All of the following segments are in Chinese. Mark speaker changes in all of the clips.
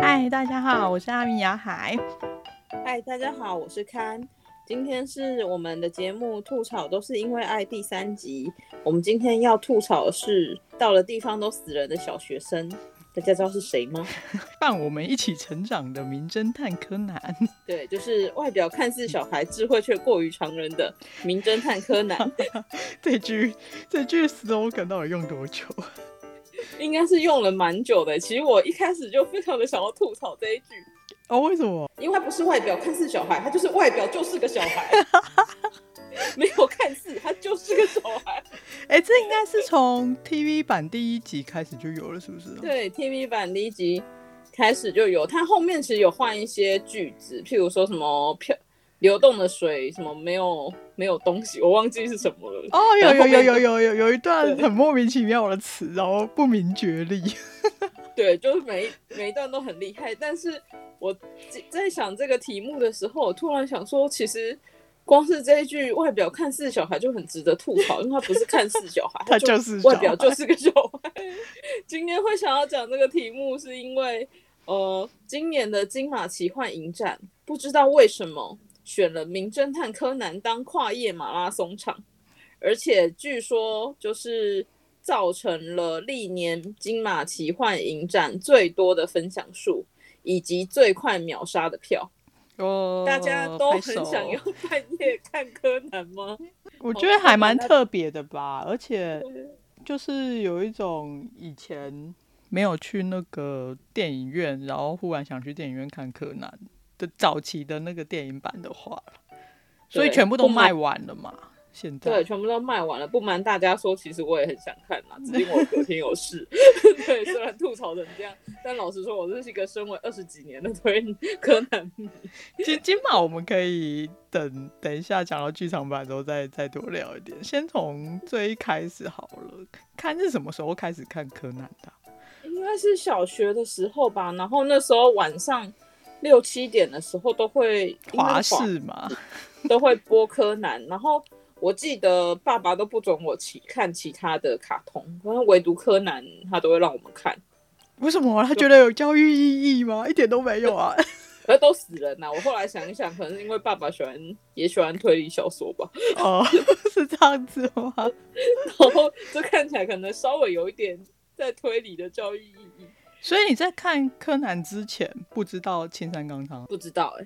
Speaker 1: 嗨，大家好，我是阿云雅海。
Speaker 2: 嗨，大家好，我是康。今天是我们的节目《吐槽都是因为爱》第三集。我们今天要吐槽的是到了地方都死人的小学生，大家知道是谁吗？
Speaker 1: 伴我们一起成长的名侦探柯南，
Speaker 2: 对，就是外表看似小孩，智慧却过于常人的名侦探柯南，
Speaker 1: 这句这句 slogan 到底用多久？
Speaker 2: 应该是用了蛮久的。其实我一开始就非常的想要吐槽这一句，
Speaker 1: 哦，为什么？
Speaker 2: 因为他不是外表看似小孩，他就是外表就是个小孩， 没有看似，他就是个小孩。
Speaker 1: 哎、这应该是从 TV 版第一集开始就有了，是不是？
Speaker 2: 对，TV 版第一集开始就有，它后面其实有换一些句子，譬如说什么漂流动的水，什么没有没有东西，我忘记是什么了。
Speaker 1: 哦，有
Speaker 2: 然后
Speaker 1: 有有
Speaker 2: 后面
Speaker 1: 有有有有一段
Speaker 2: 对
Speaker 1: 很莫名其妙的词，然后不明觉厉。
Speaker 2: 对，就是每一每一段都很厉害，但是我在在想这个题目的时候，我突然想说，其实。光是这一句外表看似小孩就很值得吐槽，因为他不是看似 小孩，
Speaker 1: 他
Speaker 2: 就
Speaker 1: 就是
Speaker 2: 外
Speaker 1: 小
Speaker 2: 表
Speaker 1: 孩
Speaker 2: 就是个小孩。今天会想要讲这个题目，是因为呃，今年的金马奇幻影展，不知道为什么选了《名侦探柯南》当跨夜马拉松场，而且据说就是造成了历年金马奇幻影展最多的分享数。以及最快秒杀的票，
Speaker 1: 哦
Speaker 2: 大家都
Speaker 1: 拍
Speaker 2: 很
Speaker 1: 手哦
Speaker 2: 想要 半夜看柯南吗？
Speaker 1: 我
Speaker 2: 哦
Speaker 1: 觉得还蛮
Speaker 2: 柯南
Speaker 1: 特别的吧，而且
Speaker 2: 对
Speaker 1: 就是有一种以前没有去那个电影院，然后忽然想去电影院看柯南的早期的那个电影版的话了所以
Speaker 2: 对
Speaker 1: 全部都
Speaker 2: 不瞒
Speaker 1: 卖完了嘛。现在
Speaker 2: 对，全部都卖完了。不瞒大家说，其实我也很想看啦，只因为我 隔天有事。 对，虽然吐槽成这样，但老实说，我这是一个身为二十几年的推 柯南迷。
Speaker 1: 金金马我们可以等等一下讲到剧场版之后再再多聊一点，先从最一开始好了，看是什么时候开始看柯南的啊、
Speaker 2: 应该是小学的时候吧，然后那时候晚上六七点的时候都会
Speaker 1: 华
Speaker 2: 应该是
Speaker 1: 视嘛，
Speaker 2: 都会播柯南，然后我记得爸爸都不准我其看其他的卡通，反正唯独柯南他都会让我们看。
Speaker 1: 为什么他觉得有教育意义吗？一点都没有啊！
Speaker 2: 可是都死人啊啦！我后来想一想，可能是因为爸爸喜欢也喜欢推理小说吧。
Speaker 1: 哦，是这样子吗？
Speaker 2: 然后这看起来可能稍微有一点在推理的教育意义。
Speaker 1: 所以你在看柯南之前不知道青山刚昌
Speaker 2: 不知道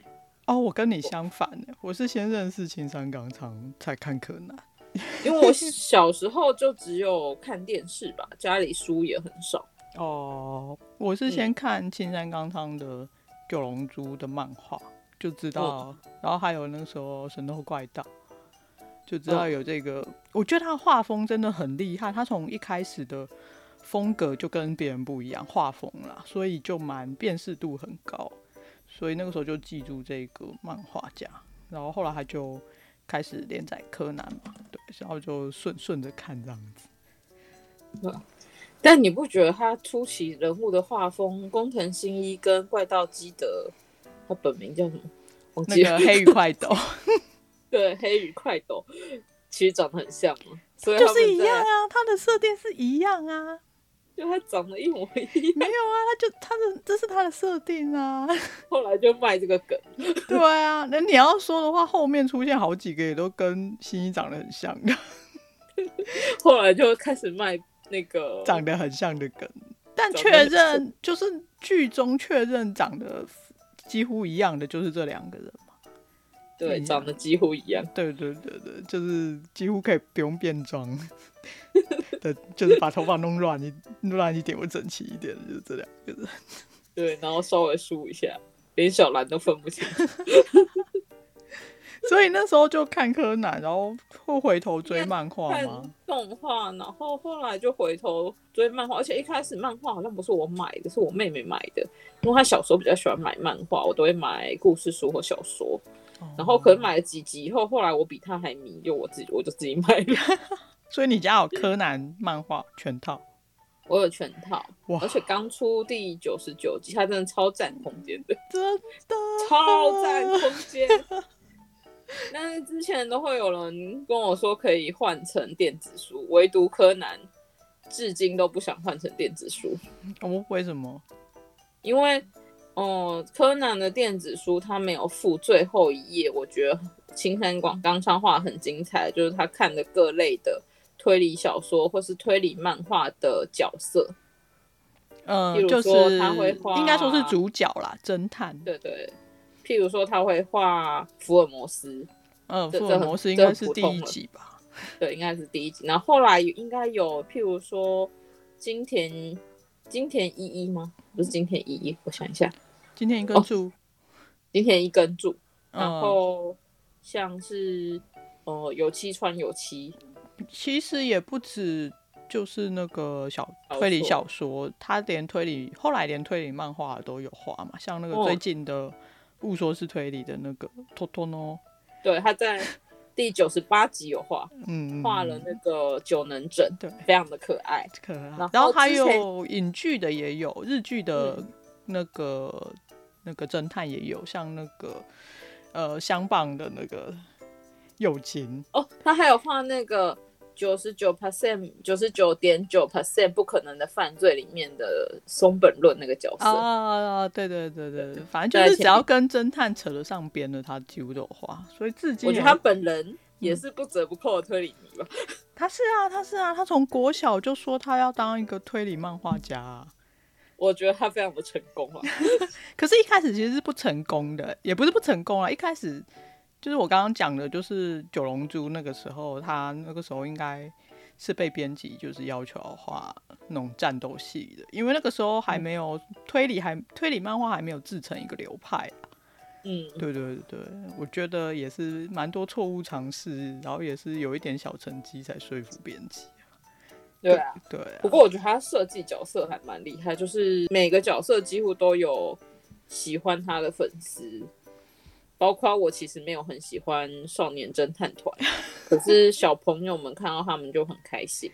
Speaker 2: 哎、
Speaker 1: 哦，我跟你相反欸我是先认识青山刚昌才看柯南。
Speaker 2: 因为我小时候就只有看电视吧，家里书也很少。
Speaker 1: 哦，我是先看青山刚昌的《九龙珠》的漫画，就知道，然后还有那时候《神偷怪盗》，就知道
Speaker 2: 嗯
Speaker 1: 有这个。我觉得他画风真的很厉害，他从一开始的风格就跟别人不一样，画风啦，所以就蛮辨识度很高，所以那个时候就记住这个漫画家，然后后来他就开始连载柯南嘛，对，然后就顺顺着看这样子。
Speaker 2: 但你不觉得他初期人物的画风，工藤新一跟怪盗基德，他本名叫什么？忘
Speaker 1: 那
Speaker 2: 记
Speaker 1: 个
Speaker 2: 了。
Speaker 1: 黑与快斗。
Speaker 2: 对，黑与快斗其实长得很像嘛，所以
Speaker 1: 就
Speaker 2: 他
Speaker 1: 是
Speaker 2: 们
Speaker 1: 一样
Speaker 2: 在
Speaker 1: 啊，它的设定是一样啊，
Speaker 2: 就他长得一模一样，
Speaker 1: 没有啊，它就它的这是它的设定啊，
Speaker 2: 后来就卖这个梗。
Speaker 1: 对啊，那你要说的话，后面出现好几个也都跟新一长得很像 的，
Speaker 2: 后来就开始卖那个
Speaker 1: 长得很像的梗，但
Speaker 2: 长得
Speaker 1: 确
Speaker 2: 很
Speaker 1: 认就是剧中确认长得几乎一样的就是这两个人嘛，
Speaker 2: 对，
Speaker 1: 一样
Speaker 2: 长得几乎一样。
Speaker 1: 对对对对，就是几乎可以不用变装 的，就是把头发弄乱一乱一点，我整齐一点，就是这两个人。
Speaker 2: 对，然后稍微梳一下，连小兰都分不清。
Speaker 1: 所以那时候就看柯南，然后会回头追漫画
Speaker 2: 看
Speaker 1: 吗？
Speaker 2: 动画，然后后来就回头追漫画，而且一开始漫画好像不是我买的，是我妹妹买的，因为她小时候比较喜欢买漫画，我都会买故事书或小说。
Speaker 1: 哦
Speaker 2: 然后可能买了几集以后，后来我比她还迷，就我自己我就自己买了，
Speaker 1: 所以你家有柯南漫画全套
Speaker 2: 我有全套
Speaker 1: 哇，
Speaker 2: 而且刚出第九十九集，它真的超占空间 的。
Speaker 1: 真的
Speaker 2: 超占空间。但是之前都会有人跟我说可以换成电子书，唯独柯南至今都不想换成电子书，
Speaker 1: 哦，为什么？
Speaker 2: 因为哦，柯南的电子书他没有附最后一页，我觉得青山广冈昌画很精彩，就是他看的各类的推理小说或是推理漫画的角色，
Speaker 1: 呃
Speaker 2: 譬，如
Speaker 1: 就
Speaker 2: 说
Speaker 1: 是
Speaker 2: 他会画
Speaker 1: 应该说是主角啦，侦探。
Speaker 2: 对对，譬如说他会画福尔摩斯，
Speaker 1: 呃，
Speaker 2: 这
Speaker 1: 福
Speaker 2: 这
Speaker 1: 尔
Speaker 2: 很
Speaker 1: 摩斯应
Speaker 2: 这
Speaker 1: 该
Speaker 2: 很
Speaker 1: 是
Speaker 2: 普
Speaker 1: 第
Speaker 2: 通
Speaker 1: 一
Speaker 2: 了
Speaker 1: 集吧？
Speaker 2: 对，应该是第一集。然后后来应该有譬如说金田金田一一吗？不是金田一一，我想一下，
Speaker 1: 今天一根
Speaker 2: 哦
Speaker 1: 柱，
Speaker 2: 金田一根柱，然
Speaker 1: 呃，
Speaker 2: 后像是呃有七川有七，
Speaker 1: 其实也不止，就是那个小
Speaker 2: 小
Speaker 1: 推理
Speaker 2: 说
Speaker 1: 小说，他连推理后来连推理漫画都有画嘛，像那个
Speaker 2: 哦
Speaker 1: 最近的误说是推理的那个托托诺，
Speaker 2: 对，他在第九十八集有画
Speaker 1: 嗯，
Speaker 2: 画了那个九能枕，
Speaker 1: 对，
Speaker 2: 非常的可爱。
Speaker 1: 可爱。啊
Speaker 2: 然
Speaker 1: 然后
Speaker 2: 后
Speaker 1: 还
Speaker 2: 之前嗯
Speaker 1: 有影剧的也有，日剧的那个、那个侦探也有，像那个呃香棒的那个友情，
Speaker 2: 哦，他还有画那个九十九 percent、九十九点九 percent 不可能的犯罪里面的松本润那个角色。
Speaker 1: 啊，对对对对对，反正
Speaker 2: 哦
Speaker 1: 就
Speaker 2: 对
Speaker 1: 是只
Speaker 2: 前
Speaker 1: 要跟侦探扯得上边的，他几乎都有画。所以至今
Speaker 2: 我觉得
Speaker 1: 也
Speaker 2: 他本人也是不折不扣的推理迷吧。
Speaker 1: 他是啊，他是啊，他从国小就说他要当一个推理漫画家啊、
Speaker 2: 我觉得他非常的成功啊。
Speaker 1: 可是，一开始其实是不成功的，也不是不成功啊。一开始就是我刚刚讲的，就是九龙珠那个时候，他那个时候应该是被编辑就是要求要画那种战斗系的，因为那个时候还没有推理还，推理漫画还没有制成一个流派啊。
Speaker 2: 嗯，
Speaker 1: 对对对，我觉得也是蛮多错误尝试，然后也是有一点小成绩才说服编辑。
Speaker 2: 对啊。
Speaker 1: 对啊
Speaker 2: 不过我觉得他设计角色还蛮厉害，就是每个角色几乎都有喜欢他的粉丝，包括我其实没有很喜欢少年侦探团，可是小朋友们看到他们就很开心。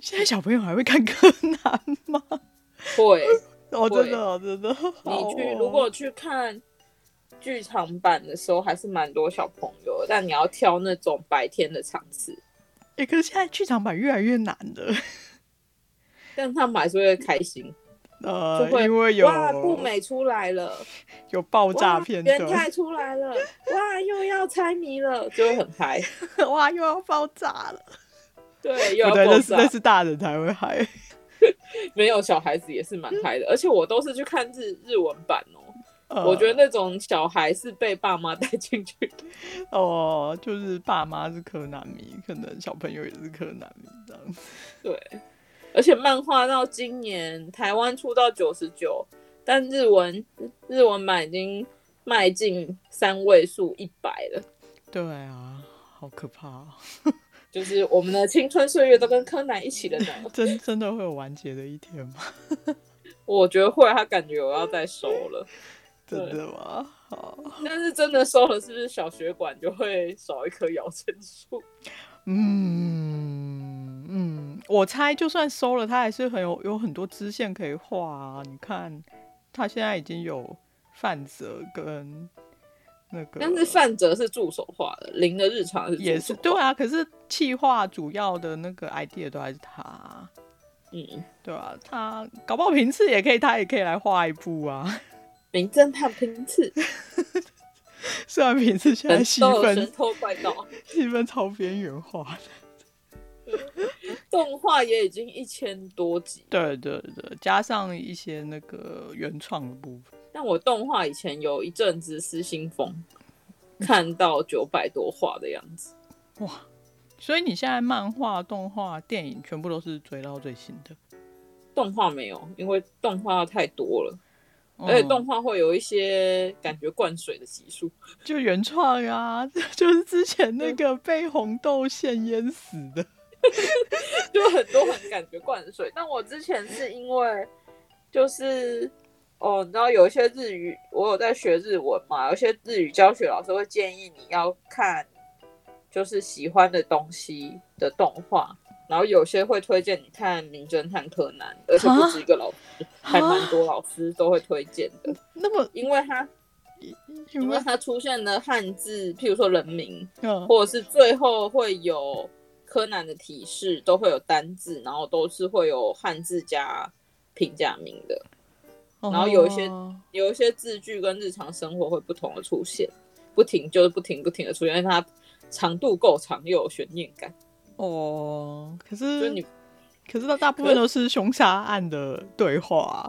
Speaker 1: 现在小朋友还会看柯南吗？
Speaker 2: 会，
Speaker 1: 哦，
Speaker 2: 会
Speaker 1: 真的哦，真的。
Speaker 2: 你去
Speaker 1: 好哦
Speaker 2: 如果去看剧场版的时候，还是蛮多小朋友，但你要挑那种白天的场次，
Speaker 1: 哎、可是现在剧场版越来越难了，
Speaker 2: 但他们还是会开心，
Speaker 1: 呃
Speaker 2: 就，会
Speaker 1: 因为有
Speaker 2: 哇，步美出来了。
Speaker 1: 有爆炸
Speaker 2: 哇
Speaker 1: 片
Speaker 2: 元
Speaker 1: 段，
Speaker 2: 太出来了，哇，又要猜谜了， 就会很嗨。
Speaker 1: 哇，又要爆炸了。
Speaker 2: 对，又
Speaker 1: 不对，
Speaker 2: 要爆
Speaker 1: 那是那
Speaker 2: 炸，
Speaker 1: 是大人才会嗨。
Speaker 2: 没有小孩子也是蛮嗨的。而且我都是去看日日文版哦，
Speaker 1: 呃
Speaker 2: 我觉得那种小孩是被爸妈带进去的。
Speaker 1: 哦，就是爸妈是柯南迷，可能小朋友也是柯南迷这样子。
Speaker 2: 对，而且漫画到今年台湾出到九十九，但日文日文版已经迈进三位数一百了。
Speaker 1: 对啊，好可怕、哦，
Speaker 2: 就是我们的青春岁月都跟柯南一起 了呢，
Speaker 1: 真真的会有完结的一天吗？
Speaker 2: 我觉得会，他感觉我要再收了。
Speaker 1: 真
Speaker 2: 对
Speaker 1: 的吗？好，
Speaker 2: 但是真的收了，是不是小血管就会少一棵摇钱树？
Speaker 1: 嗯嗯，我猜就算收了，它还是很有有很多支线可以画啊。你看，它现在已经有范泽跟那个，
Speaker 2: 但是范哲是助手画的，零的日常是助手
Speaker 1: 呃也是对啊。可是企划主要的那个 idea 都还是他啊，
Speaker 2: 嗯，
Speaker 1: 对啊，他搞不好平次也可以，他也可以来画一部啊。
Speaker 2: 名侦探平次，
Speaker 1: 虽然平次现在
Speaker 2: 神
Speaker 1: 戏
Speaker 2: 斗神
Speaker 1: 份
Speaker 2: 偷怪盗，
Speaker 1: 戏份超边缘化的，
Speaker 2: 动画也已经一千多集，
Speaker 1: 对对对，加上一些那个原创的部分。
Speaker 2: 但我动画以前有一阵子失心疯，看到九百多画的样子。
Speaker 1: 所以你现在漫画、动画、电影全部都是追到最新的，
Speaker 2: 动画没有，因为动画太多了，而且哎动
Speaker 1: 嗯、
Speaker 2: 画会有一些感觉灌水的集数。
Speaker 1: 就原创啊， 就是之前那个被红豆线淹死的，
Speaker 2: 就很多很感觉灌水。但我之前是因为就是哦，你知道有一些日语，我有在学日文嘛，有一些日语教学老师会建议你要看就是喜欢的东西的动画。然后有些会推荐你看《名侦探柯南》，而且不止一个老师，还蛮多老师都会推荐的，
Speaker 1: 那么
Speaker 2: 因为它
Speaker 1: 因
Speaker 2: 嗯因为
Speaker 1: 为
Speaker 2: 它出现的汉字，譬如说人名，
Speaker 1: 嗯
Speaker 2: 或者是最后会有柯南的提示，都会有单字，然后都是会有汉字加平假名的。
Speaker 1: 然
Speaker 2: 后有一些有一些字句跟日常生活会不同的出现，不停就是不停不停的出现，因为它长度够长又有悬念感，
Speaker 1: 哦，可
Speaker 2: 就是
Speaker 1: 是
Speaker 2: 你
Speaker 1: 可是大大部分都是凶杀案的对话啊、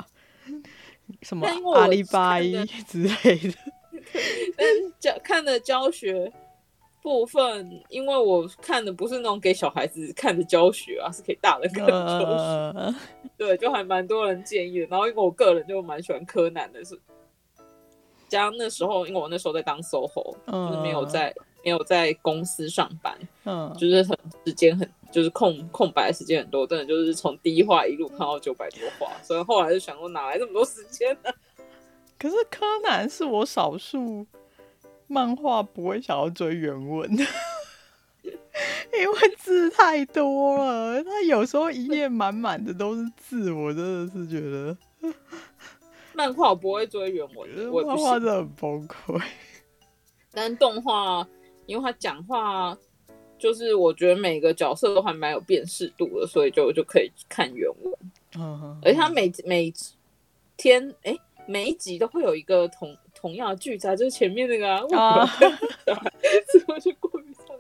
Speaker 1: 什么
Speaker 2: 但因为
Speaker 1: 阿
Speaker 2: 我
Speaker 1: 里巴
Speaker 2: 看
Speaker 1: 巴
Speaker 2: 的
Speaker 1: 之类 的。
Speaker 2: 教看的教学部分，因为我看的不是那种给小孩子看的教学啊，是给大人看的教学。
Speaker 1: 呃，
Speaker 2: 对，就还蛮多人建议的。然后因为我个人就蛮喜欢柯南的，是加上那时候，因为我那时候在当 SOHO，、就是没有在没有在公司上班，
Speaker 1: 嗯，
Speaker 2: 就是很时间很就是空空白的时间很多，真的就是从第一话一路看到九百多话，所以后来就想说哪来这么多时间呢、
Speaker 1: 可是柯南是我少数漫画不会想要追原文的， 因为字太多了。它有时候一页满满的都是字，我真的是觉得
Speaker 2: 漫画我不会追原文的，我也
Speaker 1: 漫
Speaker 2: 不
Speaker 1: 画真
Speaker 2: 行，
Speaker 1: 的很崩溃。
Speaker 2: 但动画因为他讲话。就是我觉得每个角色都还蛮有辨识度的，所以就就可以看原文。
Speaker 1: 嗯，
Speaker 2: 而且它每每天哎、每一集都会有一个同同样的句子啊，就是前面那个啊，为什么
Speaker 1: 啊，
Speaker 2: 怎么就过于上头？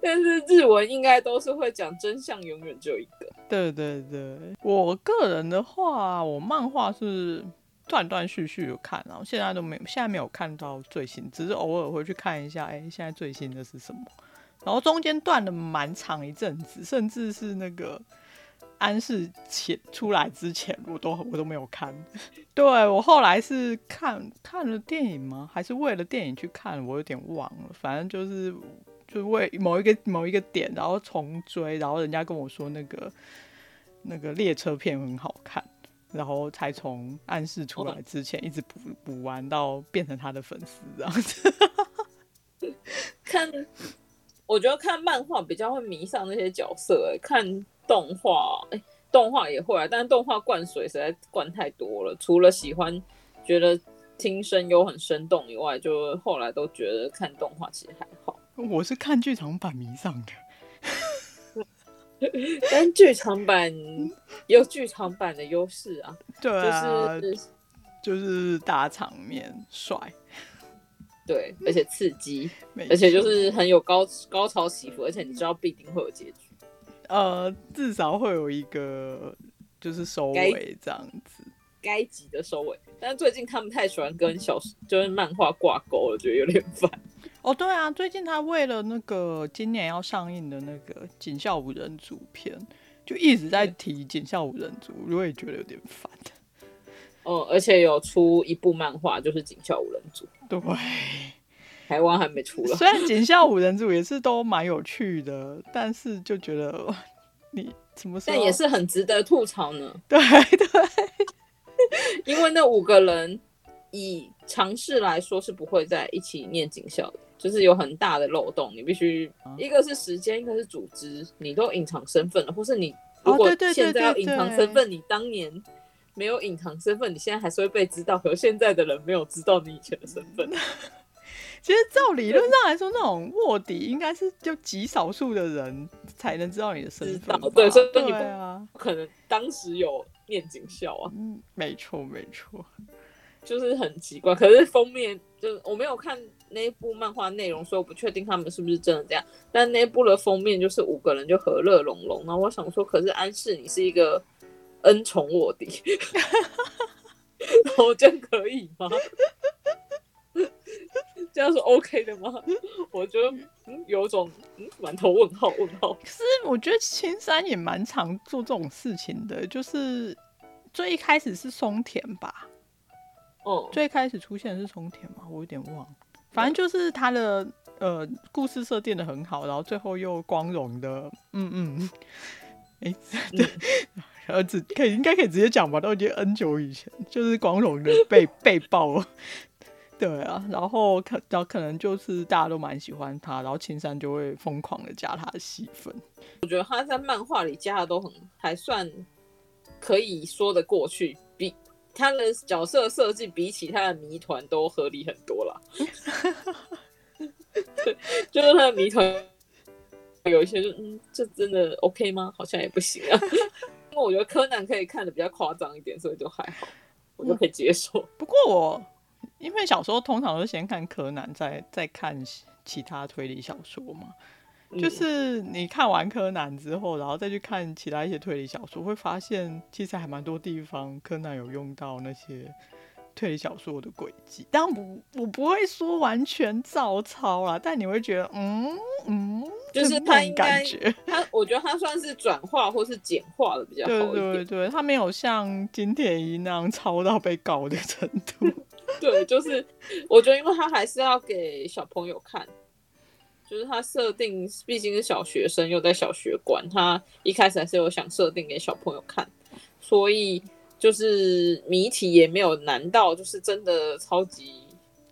Speaker 2: 但是日文应该都是会讲真相，永远只有一个。
Speaker 1: 对对对，我个人的话，我漫画是断断续续有看啊，然后现在都没有，现在没有看到最新，只是偶尔会去看一下，哎、现在最新的是什么？然后中间断了蛮长一阵子，甚至是那个安室前出来之前，我都我都没有看。 对我后来是看看了电影吗？还是为了电影去看？我有点忘了，反正就是就是为某一个某一个点，然后重追，然后人家跟我说那个那个列车片很好看，然后才从暗示出来之
Speaker 2: 哦
Speaker 1: 前一直补补完到变成他的粉丝这样子。
Speaker 2: 看，我觉得看漫画比较会迷上那些角色、诶看动画，哎、动画也会啊，但是动画灌水实在灌太多了，除了喜欢觉得听声优很生动以外，就后来都觉得看动画其实还好。
Speaker 1: 我是看剧场版迷上的，
Speaker 2: 但剧场版有剧场版的优势啊，
Speaker 1: 对啊，
Speaker 2: 就是
Speaker 1: 就是大场面帅，
Speaker 2: 对，而且刺激，
Speaker 1: 没
Speaker 2: 而且就
Speaker 1: 错
Speaker 2: 是很有高高潮起伏，而且你知道必定会有结局。
Speaker 1: 呃，至少会有一个就是收
Speaker 2: 该
Speaker 1: 尾这样子。
Speaker 2: 该集的收尾，但是最近他们太喜欢跟小就是漫画挂钩了，觉得有点烦。
Speaker 1: 哦，对啊，最近他为了那个今年要上映的那个《警校五人组》片，就一直在提《警校五人组》，我也觉得有点烦。
Speaker 2: 哦、而且有出一部漫画，就是《警校五人组
Speaker 1: 对，》，
Speaker 2: 台湾还没出了。
Speaker 1: 虽然《警校五人组》也是都蛮有趣的，但是就觉得呃你什么时候
Speaker 2: 但也是很值得吐槽呢，
Speaker 1: 对 对
Speaker 2: 因为那五个人以尝试来说是不会在一起念警校的，就是有很大的漏洞，你必须
Speaker 1: 嗯
Speaker 2: 一个是时间，一个是组织，你都隐藏身份了，或是你
Speaker 1: 哦
Speaker 2: 如果
Speaker 1: 对对对
Speaker 2: 现在要
Speaker 1: 对
Speaker 2: 隐
Speaker 1: 对
Speaker 2: 藏身份，你当年没有隐藏身份，你现在还是会被知道，可是现在的人没有知道你以前的身份，
Speaker 1: 其实照理论上来说，那种卧底应该是就极少数的人才能知道你的身
Speaker 2: 知
Speaker 1: 份吧
Speaker 2: 道。对所以你不
Speaker 1: 对啊，
Speaker 2: 不可能当时有念警校啊，
Speaker 1: 嗯，没错没错。
Speaker 2: 就是很奇怪。可是封面就是我没有看那一部漫画内容，所以我不确定他们是不是真的这样。但那一部的封面就是五个人就和乐融融，然后我想说，可是安室你是一个恩宠卧底，然后嗯这样可以吗？ 这样是 OK 的吗？我觉得、嗯、有种嗯满头问号问号。
Speaker 1: 可是我觉得青山也蛮常做这种事情的，就是最一开始是松田吧，
Speaker 2: 哦、
Speaker 1: 最一开始出现的是松田嘛，我有点忘了，反正就是他的呃故事设定的很好，然后最后又光荣的，嗯嗯，哎、 对，儿子可以应该可以直接讲吧，都已经 N 久以前，就是光荣的被被爆了。对啊，然后可然后可能就是大家都蛮喜欢他，然后青山就会疯狂的加他的戏份。
Speaker 2: 我觉得他在漫画里加的都很还算可以说得过去，比他的角色设计比起他的谜团都合理很多 啦。对，就是他的谜团有一些就嗯，这真的 OK 吗？好像也不行啊。因为我觉得柯南可以看的比较夸张一点，所以就还好。我就可以接受。
Speaker 1: 不过我因为小时候通常都是先看柯南，再再看其其他推理小说嘛。嗯
Speaker 2: 嗯
Speaker 1: 就是你看完柯南之后，然后再去看其他一些推理小说，会发现其实还蛮多地方柯南有用到那些推理小说的轨迹。当然不，我不会说完全照抄啦，但你会觉得，嗯嗯，
Speaker 2: 就是
Speaker 1: 那
Speaker 2: 他
Speaker 1: 种
Speaker 2: 应该
Speaker 1: 感觉。
Speaker 2: 他我觉得他算是转化或是简化的比较
Speaker 1: 对
Speaker 2: 好一点。
Speaker 1: 对对，他没有像金田一那样抄到被告的程度。
Speaker 2: 对，就是我觉得，因为他还是要给小朋友看，就是他设定毕竟是小学生，又在小学馆，他一开始还是有想设定给小朋友看，所以就是谜题也没有难到，就是真的超级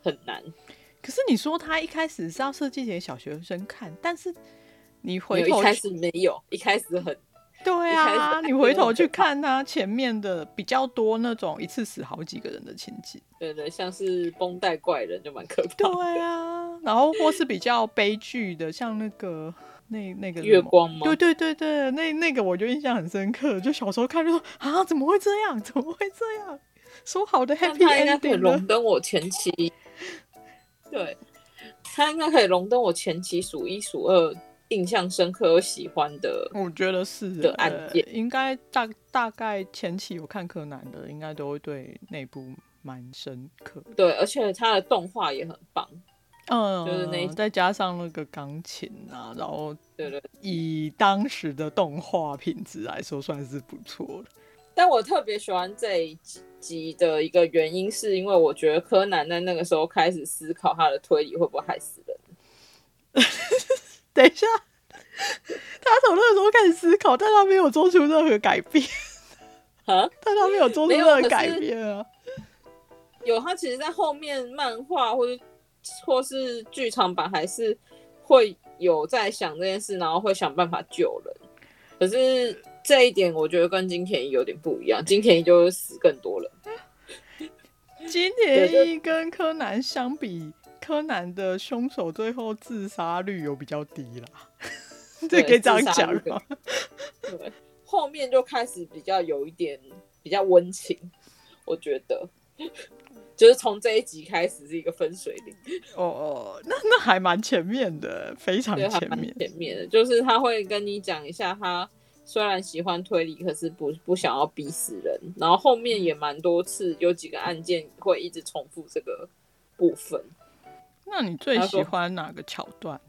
Speaker 2: 很难。
Speaker 1: 可是你说他一开始是要设计给小学生看，但是你
Speaker 2: 没
Speaker 1: 回
Speaker 2: 有
Speaker 1: 头
Speaker 2: 一开
Speaker 1: 去
Speaker 2: 始没有，一开始很
Speaker 1: 对
Speaker 2: 一开始
Speaker 1: 啊，
Speaker 2: 还
Speaker 1: 你
Speaker 2: 觉
Speaker 1: 回
Speaker 2: 得很
Speaker 1: 头去
Speaker 2: 可怕
Speaker 1: 看他前面的比较多那种一次死好几个人的情节，
Speaker 2: 对对，像是绷带怪人就蛮可怕的。
Speaker 1: 对啊，然后或是比较悲剧的，像那个那那个什
Speaker 2: 月
Speaker 1: 么。
Speaker 2: 光吗
Speaker 1: 对？对对对，那那个我就印象很深刻，就小时候看就说啊，怎么会这样？怎么会这样？说好的
Speaker 2: 那
Speaker 1: happy
Speaker 2: 他应该可以
Speaker 1: ending
Speaker 2: 荣
Speaker 1: 呢？
Speaker 2: 登我前期，对，他应该可以荣登我前期数一数二印象深刻而喜欢的。
Speaker 1: 我觉得是
Speaker 2: 的
Speaker 1: 欸
Speaker 2: 案件
Speaker 1: 应该大大概前期有看柯南的，应该都会对那部蛮深刻的。
Speaker 2: 对，而且他的动画也很棒。
Speaker 1: 嗯，
Speaker 2: 就是那一
Speaker 1: 再加上那个钢琴啊，然后
Speaker 2: 对对，
Speaker 1: 以当时的动画品质来说，算是不错了。
Speaker 2: 但我特别喜欢这一集的一个原因，是因为我觉得柯南在那个时候开始思考他的推理会不会害死人。
Speaker 1: 等一下，他从那个时候开始思考，但他没有做出任何改变，
Speaker 2: 啊，
Speaker 1: 但他没有做出
Speaker 2: 没有
Speaker 1: 任何
Speaker 2: 可是
Speaker 1: 改变啊。
Speaker 2: 有他其实，在后面漫画或者或是剧场版还是会有在想这件事，然后会想办法救人。可是这一点，我觉得跟金田一有点不一样，金田一就是死更多人。
Speaker 1: 金田一跟柯南相比，柯南的凶手最后自杀率有比较低 啦。这
Speaker 2: 对
Speaker 1: 可以这样
Speaker 2: 自杀
Speaker 1: 讲啊
Speaker 2: 率比较
Speaker 1: 吗？
Speaker 2: 对，后面就开始比较有一点比较温情，我觉得。 就是从这一集开始是一个分水岭，
Speaker 1: 哦哦，那那还蛮前面的，非常
Speaker 2: 对，还
Speaker 1: 前
Speaker 2: 蛮
Speaker 1: 面。
Speaker 2: 前面的，就是他会跟你讲一下，他虽然喜欢推理，可是不不想要逼死人。然后后面也蛮多次，有几个案件会一直重复这个部分。
Speaker 1: 那你最
Speaker 2: 他
Speaker 1: 喜
Speaker 2: 说
Speaker 1: 欢哪个桥段？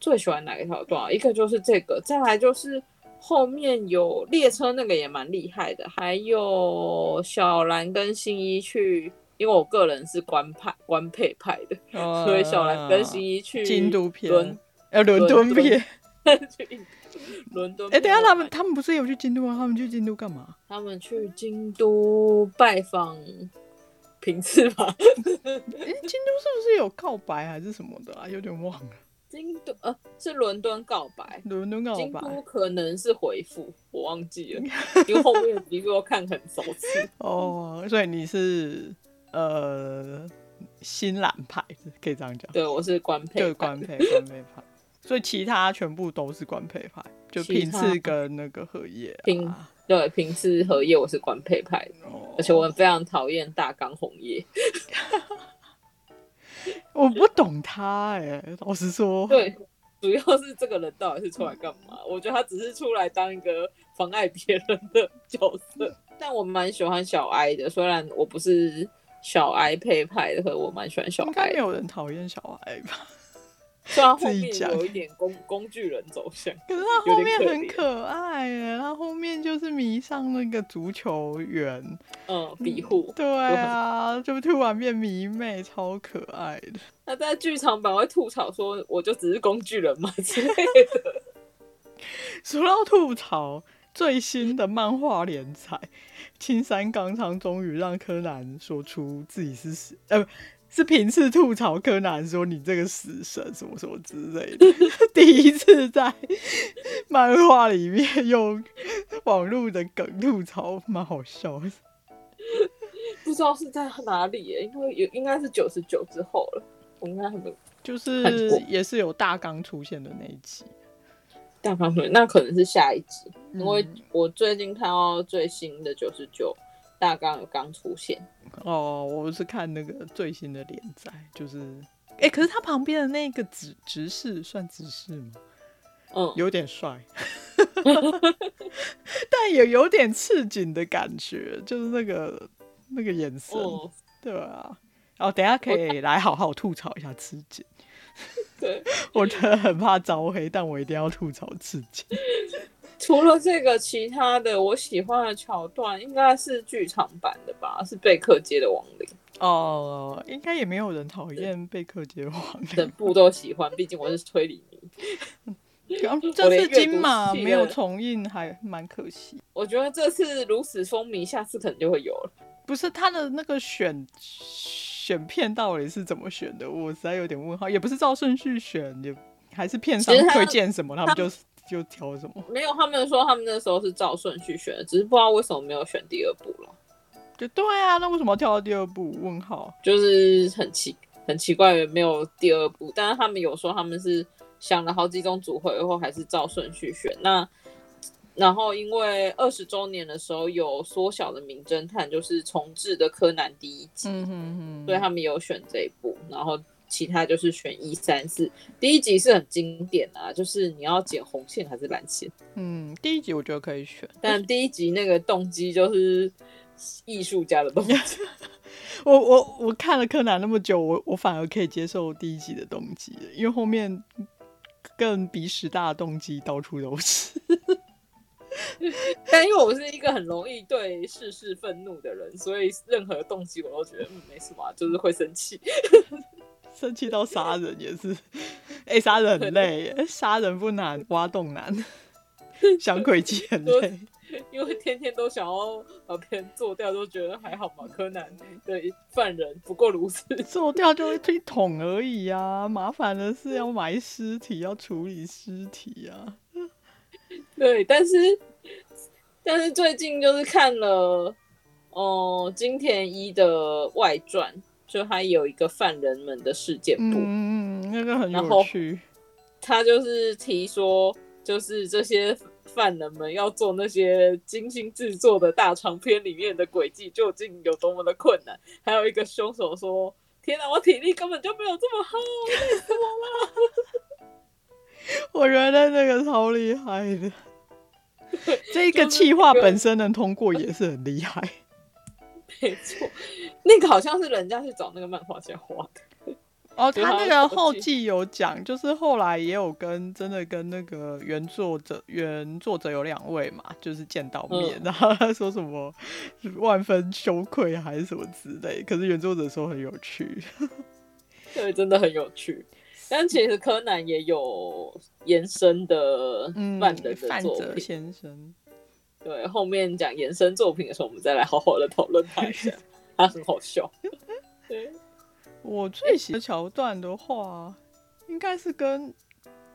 Speaker 2: 最喜欢哪一条段啊？一个就是这个，再来就是后面有列车那个也蛮厉害的，还有小兰跟新一去，因为我个人是官派官配派的，所以小兰跟新一去
Speaker 1: 呃京都片
Speaker 2: 伦，
Speaker 1: 呃，伦敦
Speaker 2: 伦敦
Speaker 1: 片。
Speaker 2: 去印度伦敦。
Speaker 1: 哎、等一下他们他们不是有去京都吗？他们去京都干 嘛？
Speaker 2: 他们去京都拜访平次吧？
Speaker 1: 哎、京都是不是有告白还是什么的啊？有点忘了。
Speaker 2: 京都呃是伦敦告白，
Speaker 1: 伦敦告
Speaker 2: 京都
Speaker 1: 白
Speaker 2: 可能是回复，我忘记 了，因为后面的集数我看很熟悉。
Speaker 1: 哦，所以你是呃新蓝派，可以这样讲，
Speaker 2: 对，我是官配，
Speaker 1: 对，官配官配派。所以其他全部都是官配派，就
Speaker 2: 其
Speaker 1: 平
Speaker 2: 他
Speaker 1: 次跟那个荷叶、
Speaker 2: 平
Speaker 1: 啊。
Speaker 2: 对，平时荷叶我是官配派的，
Speaker 1: 哦
Speaker 2: 而且我非常讨厌大冈红叶。
Speaker 1: 我不懂他哎、老实说，
Speaker 2: 对，主要是这个人到底是出来干嘛？我觉得他只是出来当一个妨碍别人的角色。但我蛮喜欢小哀的，虽然我不是小哀配派的，可是我蛮喜欢小
Speaker 1: 应该
Speaker 2: 哀
Speaker 1: 没。有人讨厌小爱吧？
Speaker 2: 虽然后
Speaker 1: 自己
Speaker 2: 面
Speaker 1: 讲
Speaker 2: 有一点工工具人走向，
Speaker 1: 可是他后面
Speaker 2: 有
Speaker 1: 很
Speaker 2: 点可
Speaker 1: 可爱耶，他后面就是迷上那个足球员，
Speaker 2: 嗯，庇护。
Speaker 1: 对啊，就突然变迷妹，超可爱的。
Speaker 2: 那在剧场版会吐槽说，我就只是工具人嘛 之类的。
Speaker 1: 说到吐槽，最新的漫画连载，青山刚昌终于让柯南说出自己是死，呃，不是平次吐槽柯南说你这个死神什么什么之类 的，第一次在漫画里面用网络的梗吐槽，蛮好笑的。
Speaker 2: 不知道是在哪里耶，因为有应该是九十九之后了，我应该还没有
Speaker 1: 就是
Speaker 2: 看过
Speaker 1: 也是有大纲出现的那一集，
Speaker 2: 大方腿，那可能是下一集，因为
Speaker 1: 嗯
Speaker 2: 我最近看到最新的九十九大纲有刚出现。
Speaker 1: 哦，我是看那个最新的连载，就是，哎、可是他旁边的那个直直视算直视吗？
Speaker 2: 嗯，
Speaker 1: 有点帅， 但也有点刺警的感觉，就是那个那个眼神，
Speaker 2: 哦，
Speaker 1: 对啊。然后等一下可以来好好吐槽一下刺警，
Speaker 2: 对。
Speaker 1: 我真的很怕招黑，但我一定要吐槽刺警。
Speaker 2: 除了这个，其他的我喜欢的桥段应该是剧场版的吧，是贝克街的亡灵，
Speaker 1: 哦，应该也没有人讨厌贝克街王
Speaker 2: 整部都喜欢，毕竟我是推理迷。
Speaker 1: 啊
Speaker 2: 我
Speaker 1: 这
Speaker 2: 连
Speaker 1: 次
Speaker 2: 阅读
Speaker 1: 金马
Speaker 2: 系
Speaker 1: 没有
Speaker 2: 列
Speaker 1: 重映，还蛮可惜。
Speaker 2: 我觉得这次如此风靡，下次可能就会有了。
Speaker 1: 不是他的那个选选片到底是怎么选的？我实在有点问号。也不是照顺序选，也还是片商
Speaker 2: 其实他
Speaker 1: 推荐什么，他们就就挑什么。
Speaker 2: 没有，他们说他们那时候是照顺序选的，只是不知道为什么没有选第二部了，
Speaker 1: 就对啊，那为什么要跳到第二部？问号。
Speaker 2: 就是很奇很奇怪，没有第二部。但是他们有说他们是想了好几种组合以后，还是照顺序选。那然后因为二十周年的时候有缩小的《名侦探》，就是重置的《柯南》第一集，
Speaker 1: 嗯哼哼，
Speaker 2: 所以他们有选这一部，然后。其他就是选一三四，第一集是很经典啊，就是你要剪红线还是蓝线。
Speaker 1: 嗯，第一集我觉得可以选。
Speaker 2: 但第一集那个动机就是艺术家的动机，
Speaker 1: 我我我看了柯南那么久，我我反而可以接受第一集的动机了，因为后面更鼻屎大的动机到处都是。
Speaker 2: 但因为我是一个很容易对世事愤怒的人，所以任何动机我都觉得嗯没什么啊、就是会生气。
Speaker 1: 生气到杀人也是， 哎、杀人很累 耶，欸杀人不难，挖洞难，想诡计很累。
Speaker 2: 因为天天都想要把别人做掉，都觉得还好嘛。柯南的犯人不过如此，
Speaker 1: 做掉就一桶而已啊，麻烦的是要埋尸体，要处理尸体啊。
Speaker 2: 对。但是，但是最近就是看了，哦、金田一的外传，就他有一个犯人们的事件簿，
Speaker 1: 嗯，那个很
Speaker 2: 然
Speaker 1: 有
Speaker 2: 后
Speaker 1: 趣。
Speaker 2: 他就是提说，就是这些犯人们要做那些精心制作的大长篇里面的轨迹，究竟有多么的困难。还有一个凶手说：“天哪，我体力根本就没有这么好。
Speaker 1: 我觉得那个超厉害 的，这个气化本身能通过也是很厉害。”
Speaker 2: 没错，那个好像是人家去找那个漫画家画的。
Speaker 1: 哦，
Speaker 2: 对啊
Speaker 1: 他
Speaker 2: 他
Speaker 1: 那
Speaker 2: 的
Speaker 1: 个
Speaker 2: 手
Speaker 1: 后
Speaker 2: 机
Speaker 1: 记有讲，就是后来也有跟真的跟那个原作者原作者有两位嘛，就是见到面，
Speaker 2: 嗯
Speaker 1: 然后他说什么万分羞愧还是什么之类，可是原作者说很有趣，
Speaker 2: 对，真的很有趣。但其实柯南也有延伸的
Speaker 1: 嗯，
Speaker 2: 犯人的
Speaker 1: 范
Speaker 2: 作
Speaker 1: 泽
Speaker 2: 品，
Speaker 1: 先生，
Speaker 2: 对，后面讲延伸作品的时候，我们再来好好的讨论他一下，他很好笑。 对。
Speaker 1: 我最喜欢的桥段的话，应该是跟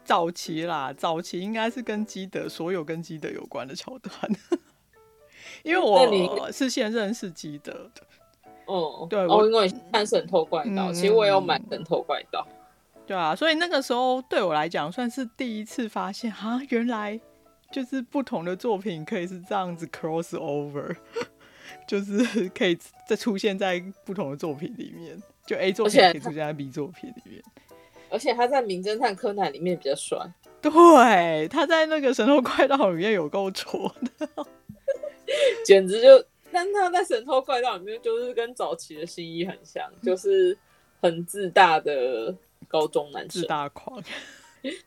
Speaker 1: 早期啦，早期应该是跟基德所有跟基德有关的桥段， 因为
Speaker 2: 那你
Speaker 1: 我是先认识基德的。
Speaker 2: 哦，
Speaker 1: 对我
Speaker 2: 哦，因为看《神偷怪盗》
Speaker 1: 嗯
Speaker 2: 其实我也有买《神偷怪盗》
Speaker 1: 对啊，所以那个时候对我来讲算是第一次发现啊，原来就是不同的作品可以是这样子 cross over，就是可以再出现在不同的作品里面，就 A 作品
Speaker 2: 而且
Speaker 1: 可以出现在 B 作品里面。
Speaker 2: 而且他在《名侦探柯南》里面比较帅，
Speaker 1: 对，他在那个《神偷快盗》里面有够挫，
Speaker 2: 简直就，但他在《神偷怪盗》里面就是跟早期的新一很像，就是很自大的高中男
Speaker 1: 自
Speaker 2: 生。
Speaker 1: 大狂。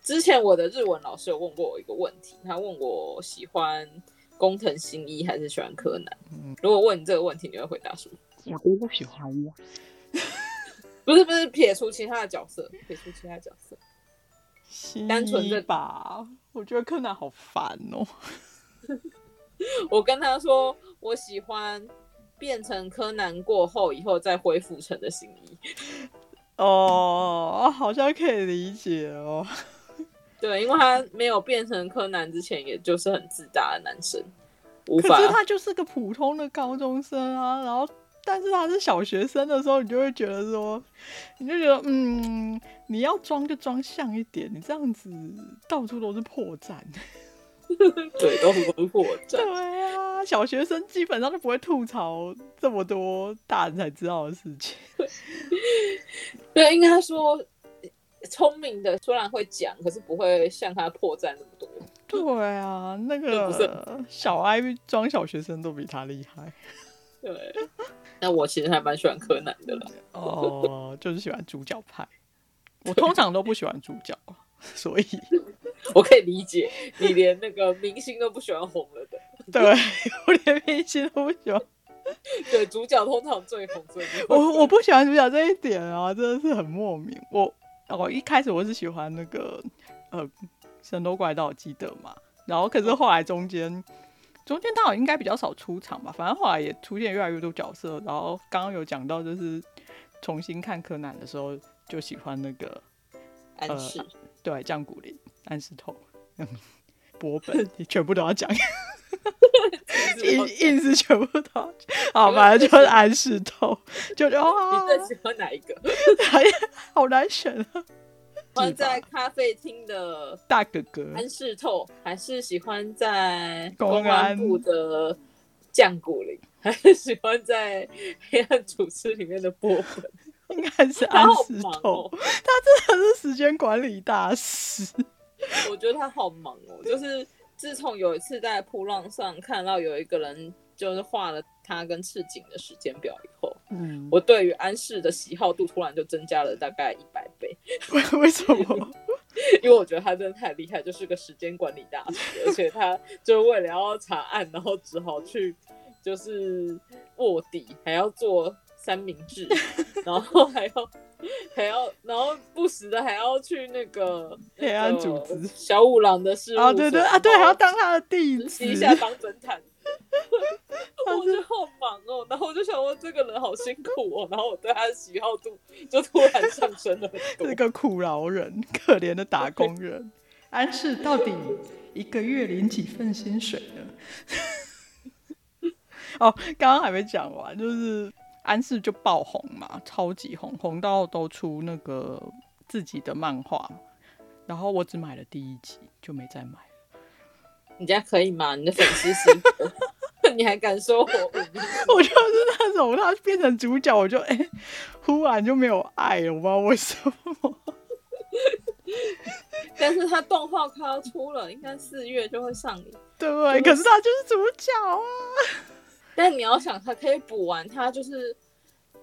Speaker 2: 之前我的日文老师有问过我一个问题，他问我喜欢工藤新一还是喜欢柯南。
Speaker 1: 嗯
Speaker 2: 如果问你这个问题，你会回答什么？
Speaker 1: 我都不喜欢我。
Speaker 2: 不是不是，撇除其他的角色，撇除其他角色。 单纯的
Speaker 1: 吧，我觉得柯南好烦哦、
Speaker 2: 我跟他说，我喜欢变成柯南过后以后再恢复成的新一。
Speaker 1: 哦，好像可以理解哦。
Speaker 2: 对，因为他没有变成柯南之前，也就是很自大的男生，无
Speaker 1: 可
Speaker 2: 法
Speaker 1: 是他就是个普通的高中生啊，然后但是他是小学生的时候，你就会觉得说，你就觉得嗯，你要装就装像一点，你这样子到处都是破绽。
Speaker 2: 对，都是通过站。
Speaker 1: 对啊，小学生基本上就不会吐槽这么多大人才知道的事情。
Speaker 2: 对，应该说聪明的虽然会讲，可是不会像他破绽那么多。
Speaker 1: 对啊，那
Speaker 2: 这不是
Speaker 1: 个小 I 装小学生都比他厉 害
Speaker 2: 对，那我其实还蛮喜欢柯南的啦。
Speaker 1: 哦，就是喜欢主角派。我通常都不喜欢主角，啊所以
Speaker 2: 我可以理解你连那个明星都不喜欢红了的，
Speaker 1: 对 我连明星都不喜欢。
Speaker 2: 对，主角通常最红最多。
Speaker 1: 我我不喜欢主角这一点啊，真的是很莫名。我哦，一开始我是喜欢那个呃《神偷怪盗基德》嘛，然后可是后来中间中间他好像应该比较少出场吧，反正后来也出现越来越多角色。然后刚刚有讲到，就是重新看柯南的时候就喜欢那个
Speaker 2: 安室，
Speaker 1: 对降骨林、安石头、嗯 波本，你全部都要讲，硬
Speaker 2: 你
Speaker 1: 硬是全部都要讲。 好，反正就是安石头，就就哇，
Speaker 2: 最喜欢哪一个？
Speaker 1: 哎呀，好难选 啊！
Speaker 2: 喜欢在咖啡厅的
Speaker 1: 大哥哥，
Speaker 2: 安室透，还是喜欢在
Speaker 1: 公
Speaker 2: 公
Speaker 1: 安
Speaker 2: 安部的降谷林，还是喜欢在黑暗组织里面的波本？
Speaker 1: 应该是
Speaker 2: 他
Speaker 1: 安
Speaker 2: 好
Speaker 1: 石
Speaker 2: 忙
Speaker 1: 头
Speaker 2: 哦，，
Speaker 1: 他是时间管理大师。
Speaker 2: 我觉得他好忙哦。就是自从有一次在扑浪上看到有一个人就是画了他跟赤井的时间表以后，
Speaker 1: 嗯，
Speaker 2: 我对于安室的喜好度突然就增加了大概一百倍，
Speaker 1: 为 为什 么？
Speaker 2: 因为我觉得他真的太厉害，就是个时间管理大师，而且他就为了要查案，然后只好去就是卧底，还要做三明 治，然后还要。还要，然后不时的还要去那个
Speaker 1: 黑暗组织
Speaker 2: 那个小五郎的事务所
Speaker 1: 啊，对对啊，对，还要当他的弟
Speaker 2: 实
Speaker 1: 子
Speaker 2: 习一。哦下当侦 探。
Speaker 1: 啊
Speaker 2: 我就好忙哦，然后我就想说这个人好辛苦哦，然后我对他的喜好度就突然上升了很多
Speaker 1: 是。个苦劳人，可怜的打工人。 安室到底一个月领几份薪水呢？ 哦，刚刚还没讲完，就是安室就爆红嘛，超级红，红到都出那个自己的漫画，然后我只买了第一集，就没再买了。
Speaker 2: 你这样可以吗？你的粉丝心得， 你还敢说我忤逆？
Speaker 1: 我就是那种他变成主角，我就哎、忽然就没有爱了，我不知道为什么。
Speaker 2: 但是他动画快要出了，应该四月就会上映。
Speaker 1: 对不 对？可是他就是主角啊。
Speaker 2: 但你要想，他可以补完他就是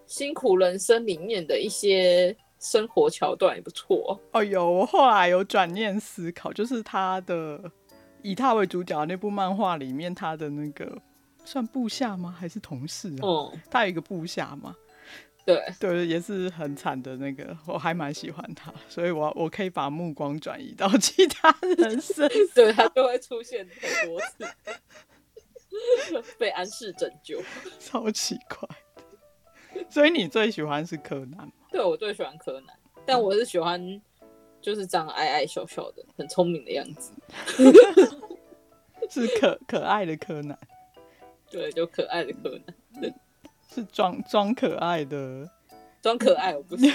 Speaker 2: 辛苦人生里面的一些生活桥段，也不错。
Speaker 1: 哦，有，我后来有转念思考，就是他的以他为主角的那部漫画里面，他的那个算部下吗？还是同事啊？
Speaker 2: 嗯，
Speaker 1: 他有一个部下嘛，
Speaker 2: 对。
Speaker 1: 对，也是很惨的那个，我还蛮喜欢他，所以我我可以把目光转移到 其他人身。
Speaker 2: 对他就会出现很多次，被安室拯救。
Speaker 1: 超奇怪的。所以你最喜欢是柯南吗？
Speaker 2: 对我最喜欢柯南，但我是喜欢就是长得矮矮小小的，很聪明的样子，
Speaker 1: 是可可爱的柯南，
Speaker 2: 对，就可爱的柯南，
Speaker 1: 是装装可爱的，
Speaker 2: 装可爱我不行，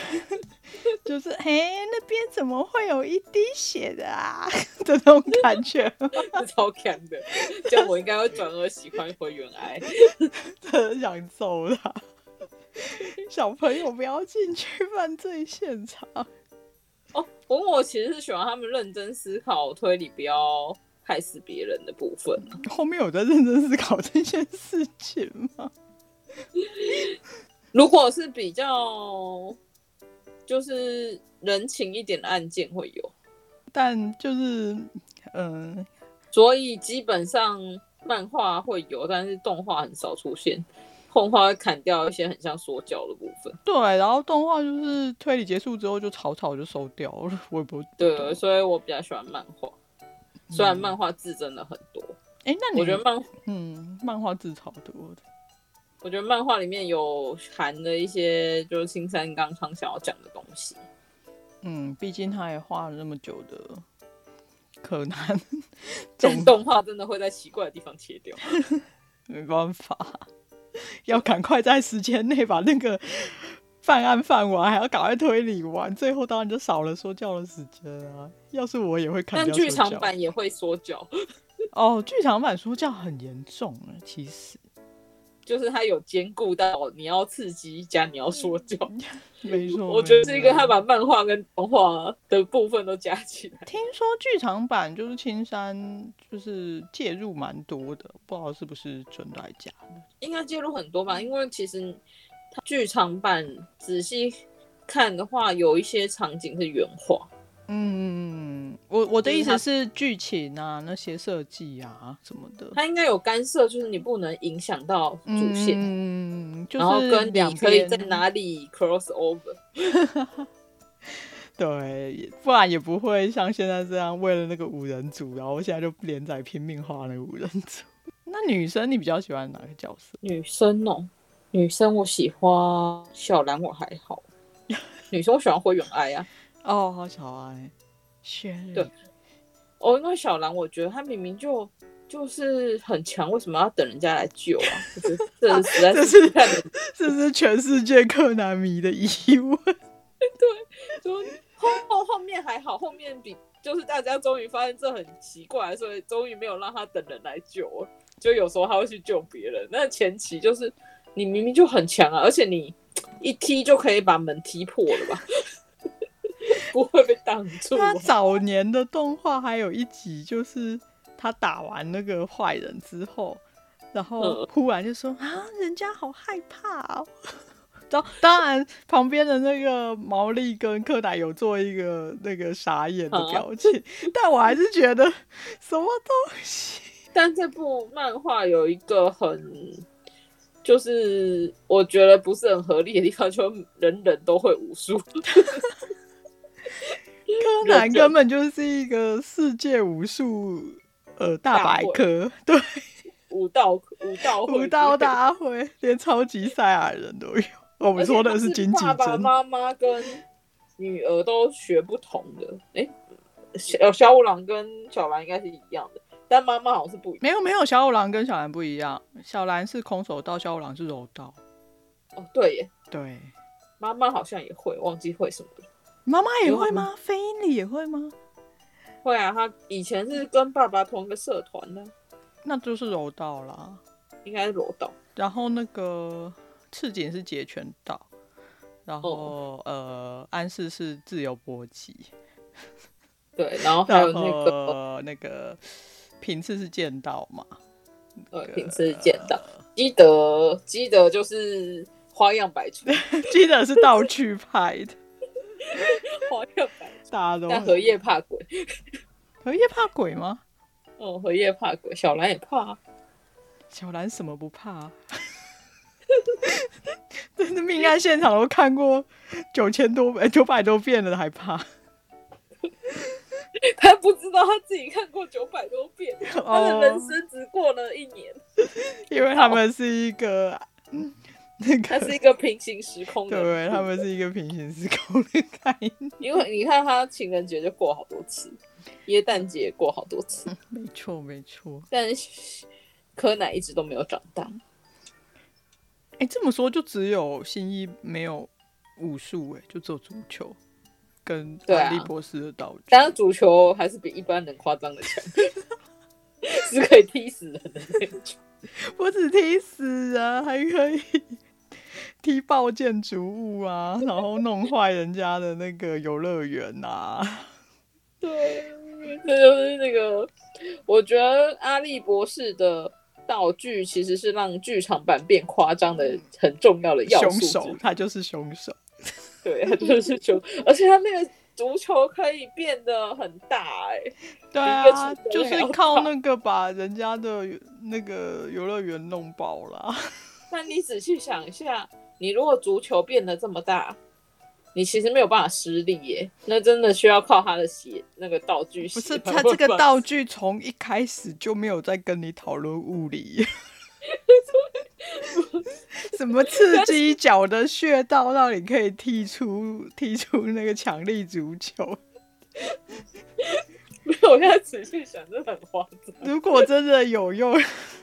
Speaker 1: 就是嘿，那边怎么会有一滴血的啊 的那种感 觉。
Speaker 2: 超强的，这样我应该会转而喜欢回原爱。
Speaker 1: 很想揍他。 小朋友不要进去犯罪现场。
Speaker 2: 哦，不过我其实是喜欢他们认真思考推理，不要害死别人的部分啊。
Speaker 1: 后面有在认真思考这件事情吗？
Speaker 2: 如果是比较就是人情一点的案件会有。
Speaker 1: 但就是，嗯、
Speaker 2: 所以基本上漫画会有，但是动画很少出现。动画会砍掉一些很像说教的部分，
Speaker 1: 对。然后动画就是推理结束之后就草草就收掉了， 我也不
Speaker 2: 对，所以我比较喜欢漫画。虽然
Speaker 1: 嗯
Speaker 2: 漫画字真的很多，
Speaker 1: 哎、那你
Speaker 2: 我觉得漫，
Speaker 1: 嗯，漫画字超多的。
Speaker 2: 我觉得漫画里面有含的一些就是青山刚昌想要讲的东西。
Speaker 1: 嗯，毕竟他也画了那么久的柯南，
Speaker 2: 但
Speaker 1: 总
Speaker 2: 动画真的会在奇怪的地方切 掉。
Speaker 1: 没办法，要赶快在时间内把那个犯案犯完，还要赶快推理完，最后当然就少了说教的时间啊。要是我也会砍
Speaker 2: 但
Speaker 1: 掉
Speaker 2: 剧
Speaker 1: 说
Speaker 2: 场
Speaker 1: 教。
Speaker 2: 版也会说教，
Speaker 1: 哦，剧场版说教很严重了，其实
Speaker 2: 就是他有兼顾到你要刺激加你要说教，
Speaker 1: 没错。
Speaker 2: 我觉得是一个
Speaker 1: 没错
Speaker 2: 他把漫画跟动画的部分都加起来。
Speaker 1: 听说剧场版就是青山就是介入蛮多的，不知道是不是真的还假的。
Speaker 2: 应该介入很多吧，因为其实它剧场版仔细看的话，有一些场景是原画，
Speaker 1: 嗯，我我的
Speaker 2: 就是
Speaker 1: 意思
Speaker 2: 它
Speaker 1: 是剧情啊，那些设计啊什么的，
Speaker 2: 它应该有干涉，就是你不能影响到主线，
Speaker 1: 嗯，就
Speaker 2: 然后
Speaker 1: 是
Speaker 2: 跟
Speaker 1: 两
Speaker 2: 你可以
Speaker 1: 边
Speaker 2: 在哪里 cross over。
Speaker 1: 对，不然也不会像现在这样为了那个五人组，然后现在就连载拼命画那个五人组。那女生你比较喜欢哪个角色？
Speaker 2: 女生哦，女生我喜欢小兰，我还好。女生我喜欢灰原哀啊，
Speaker 1: 哦，好小爱，轩
Speaker 2: 对哦，因为小兰我觉得她明明就就是很强，为什么要等人家来救啊？我觉得这实在
Speaker 1: 这
Speaker 2: 是
Speaker 1: 是
Speaker 2: 太没
Speaker 1: 这是全世界柯南迷的疑问。
Speaker 2: 就后后后面还好，后面比就是大家终于发现这很奇怪，所以终于没有让他等人来救了。就有时候他会去救别人，那前期就是你明明就很强啊，而且你一踢就可以把门踢破了吧， 不会被挡住啊、
Speaker 1: 他早年的动画还有一集，就是他打完那个坏人之后，然后
Speaker 2: 嗯
Speaker 1: 忽然就说啊，人家好害怕 哦。当 当然，旁边的那个毛利跟柯南有做一个那个傻眼的表情，
Speaker 2: 啊
Speaker 1: 但我还是觉得什么东西，
Speaker 2: 但这部漫画有一个很，就是我觉得不是很合理的地方，就是人人都会武术，
Speaker 1: 柯南根本就是一个世界武术呃大百科，对，
Speaker 2: 武道武道会
Speaker 1: 武道大 会，连超级赛亚人都有。我
Speaker 2: 而
Speaker 1: 们
Speaker 2: 且
Speaker 1: 说
Speaker 2: 他
Speaker 1: 的
Speaker 2: 是
Speaker 1: 金济
Speaker 2: 爸爸
Speaker 1: 真。
Speaker 2: 妈妈跟女儿都学不同的。哎、小小五郎跟小兰应该是一样的，但妈妈好像是不一样。
Speaker 1: 没有没有，小五郎跟小兰不一样，小兰是空手道，小五郎是柔道。
Speaker 2: 哦，对耶，
Speaker 1: 对，
Speaker 2: 妈妈好像也会，忘记会什么了。
Speaker 1: 妈妈也会吗？飞鹰里也会吗？
Speaker 2: 会啊，她以前是跟爸爸同一个社团的，
Speaker 1: 那就是柔道啦。
Speaker 2: 应该是柔道。
Speaker 1: 然后那个赤井是截拳道，然后、
Speaker 2: 哦
Speaker 1: 呃安室是自由搏击，
Speaker 2: 对，然后还
Speaker 1: 然
Speaker 2: 有
Speaker 1: 后
Speaker 2: 那个
Speaker 1: 那个平次是剑道嘛，
Speaker 2: 呃，平时见到基德，基德就是花样 百出，
Speaker 1: 记得是道具派的，
Speaker 2: 花样百出。
Speaker 1: 大家都
Speaker 2: 但
Speaker 1: 很
Speaker 2: 荷叶怕鬼，
Speaker 1: 荷叶怕鬼吗？
Speaker 2: 哦，荷叶怕鬼，小兰也怕啊、
Speaker 1: 小兰什么不怕、 真的命案现场都看过九千多遍、九百多遍了，还怕？
Speaker 2: 他不知道他自己看过九百多遍， 他的人
Speaker 1: 哦，
Speaker 2: 生只过了一年，
Speaker 1: 因为他们是一个、嗯那
Speaker 2: 他
Speaker 1: 个，
Speaker 2: 是一个平行时空 的。
Speaker 1: 对，他们是一个平行时空的概念，
Speaker 2: 因为你看他情人节就过好多次，耶诞节也过好多 次，
Speaker 1: 没错，没错。
Speaker 2: 但是柯南一直都没有长大。
Speaker 1: 哎、这么说就只有新一没有武术，哎，就只有足球跟
Speaker 2: 对啊
Speaker 1: 安利博士的道具。
Speaker 2: 当然，足球还是比一般人夸张的 强，是可以踢死人的那种。
Speaker 1: 我只踢死人，还可以 踢爆建筑物啊，然后弄坏人家的那个游乐园啊呐。
Speaker 2: 对，这就是那个，我觉得阿笠博士的。道具其实是让剧场版变夸张的很重要的要
Speaker 1: 凶
Speaker 2: 素之
Speaker 1: 手，他就是凶手。
Speaker 2: 对，他就是球，而且他那个足球可以变得很大哎、
Speaker 1: 对
Speaker 2: 一个
Speaker 1: 啊
Speaker 2: 球，队
Speaker 1: 就是
Speaker 2: 要
Speaker 1: 靠
Speaker 2: 打
Speaker 1: 那个把人家的那个游乐园弄爆了。
Speaker 2: 但你仔细想一下，你如果足球变得这么大，你其实没有办法施力耶、那真的需要靠他的鞋那个道具
Speaker 1: 不
Speaker 2: 鞋。
Speaker 1: 是，他这个道具从一开始就没有在跟你讨论物理。 什么 刺激脚的穴道，让你可以踢出踢出那个强力足球？
Speaker 2: 没 有，我现在仔细想，真的很夸张。
Speaker 1: 如果真的有用，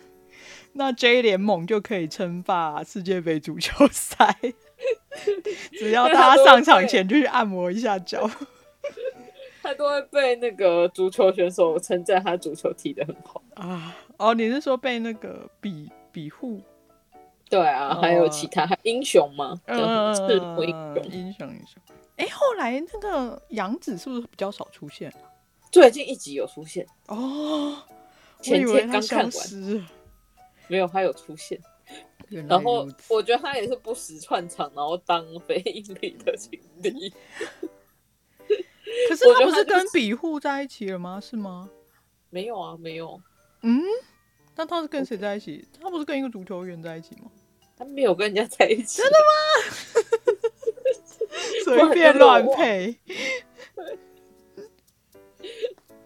Speaker 1: 那 J 联盟就可以称霸世界杯足球赛。 只要大家上场前就去按摩一下脚，
Speaker 2: 他都会被那个足球选手称赞他足球踢得很好。
Speaker 1: 啊，哦，你是说被那个比比护？
Speaker 2: 对啊，还有
Speaker 1: 哦
Speaker 2: 其他还英雄嘛，
Speaker 1: 嗯
Speaker 2: 叫什么赤兔英
Speaker 1: 呃
Speaker 2: 雄，
Speaker 1: 英雄英雄。哎、后来那个杨紫是不是比较少出现？
Speaker 2: 最近一集有出现，
Speaker 1: 哦，我以
Speaker 2: 前
Speaker 1: 为
Speaker 2: 天
Speaker 1: 他
Speaker 2: 刚看
Speaker 1: 消
Speaker 2: 完，
Speaker 1: 失了。
Speaker 2: 没有他有出现。
Speaker 1: 原来
Speaker 2: 然后
Speaker 1: 如此。
Speaker 2: 我觉得他也是不时串场，然后当非盈利的情敌。
Speaker 1: 可是
Speaker 2: 我
Speaker 1: 他
Speaker 2: 觉得
Speaker 1: 不
Speaker 2: 他
Speaker 1: 是
Speaker 2: 就是
Speaker 1: 跟比护在一起了吗？是吗？
Speaker 2: 没有啊，没有，
Speaker 1: 嗯，那他是跟谁在一起？他不是跟一个足球员在一起吗？
Speaker 2: 他没有跟人家在一起。真的吗？
Speaker 1: 随便乱配。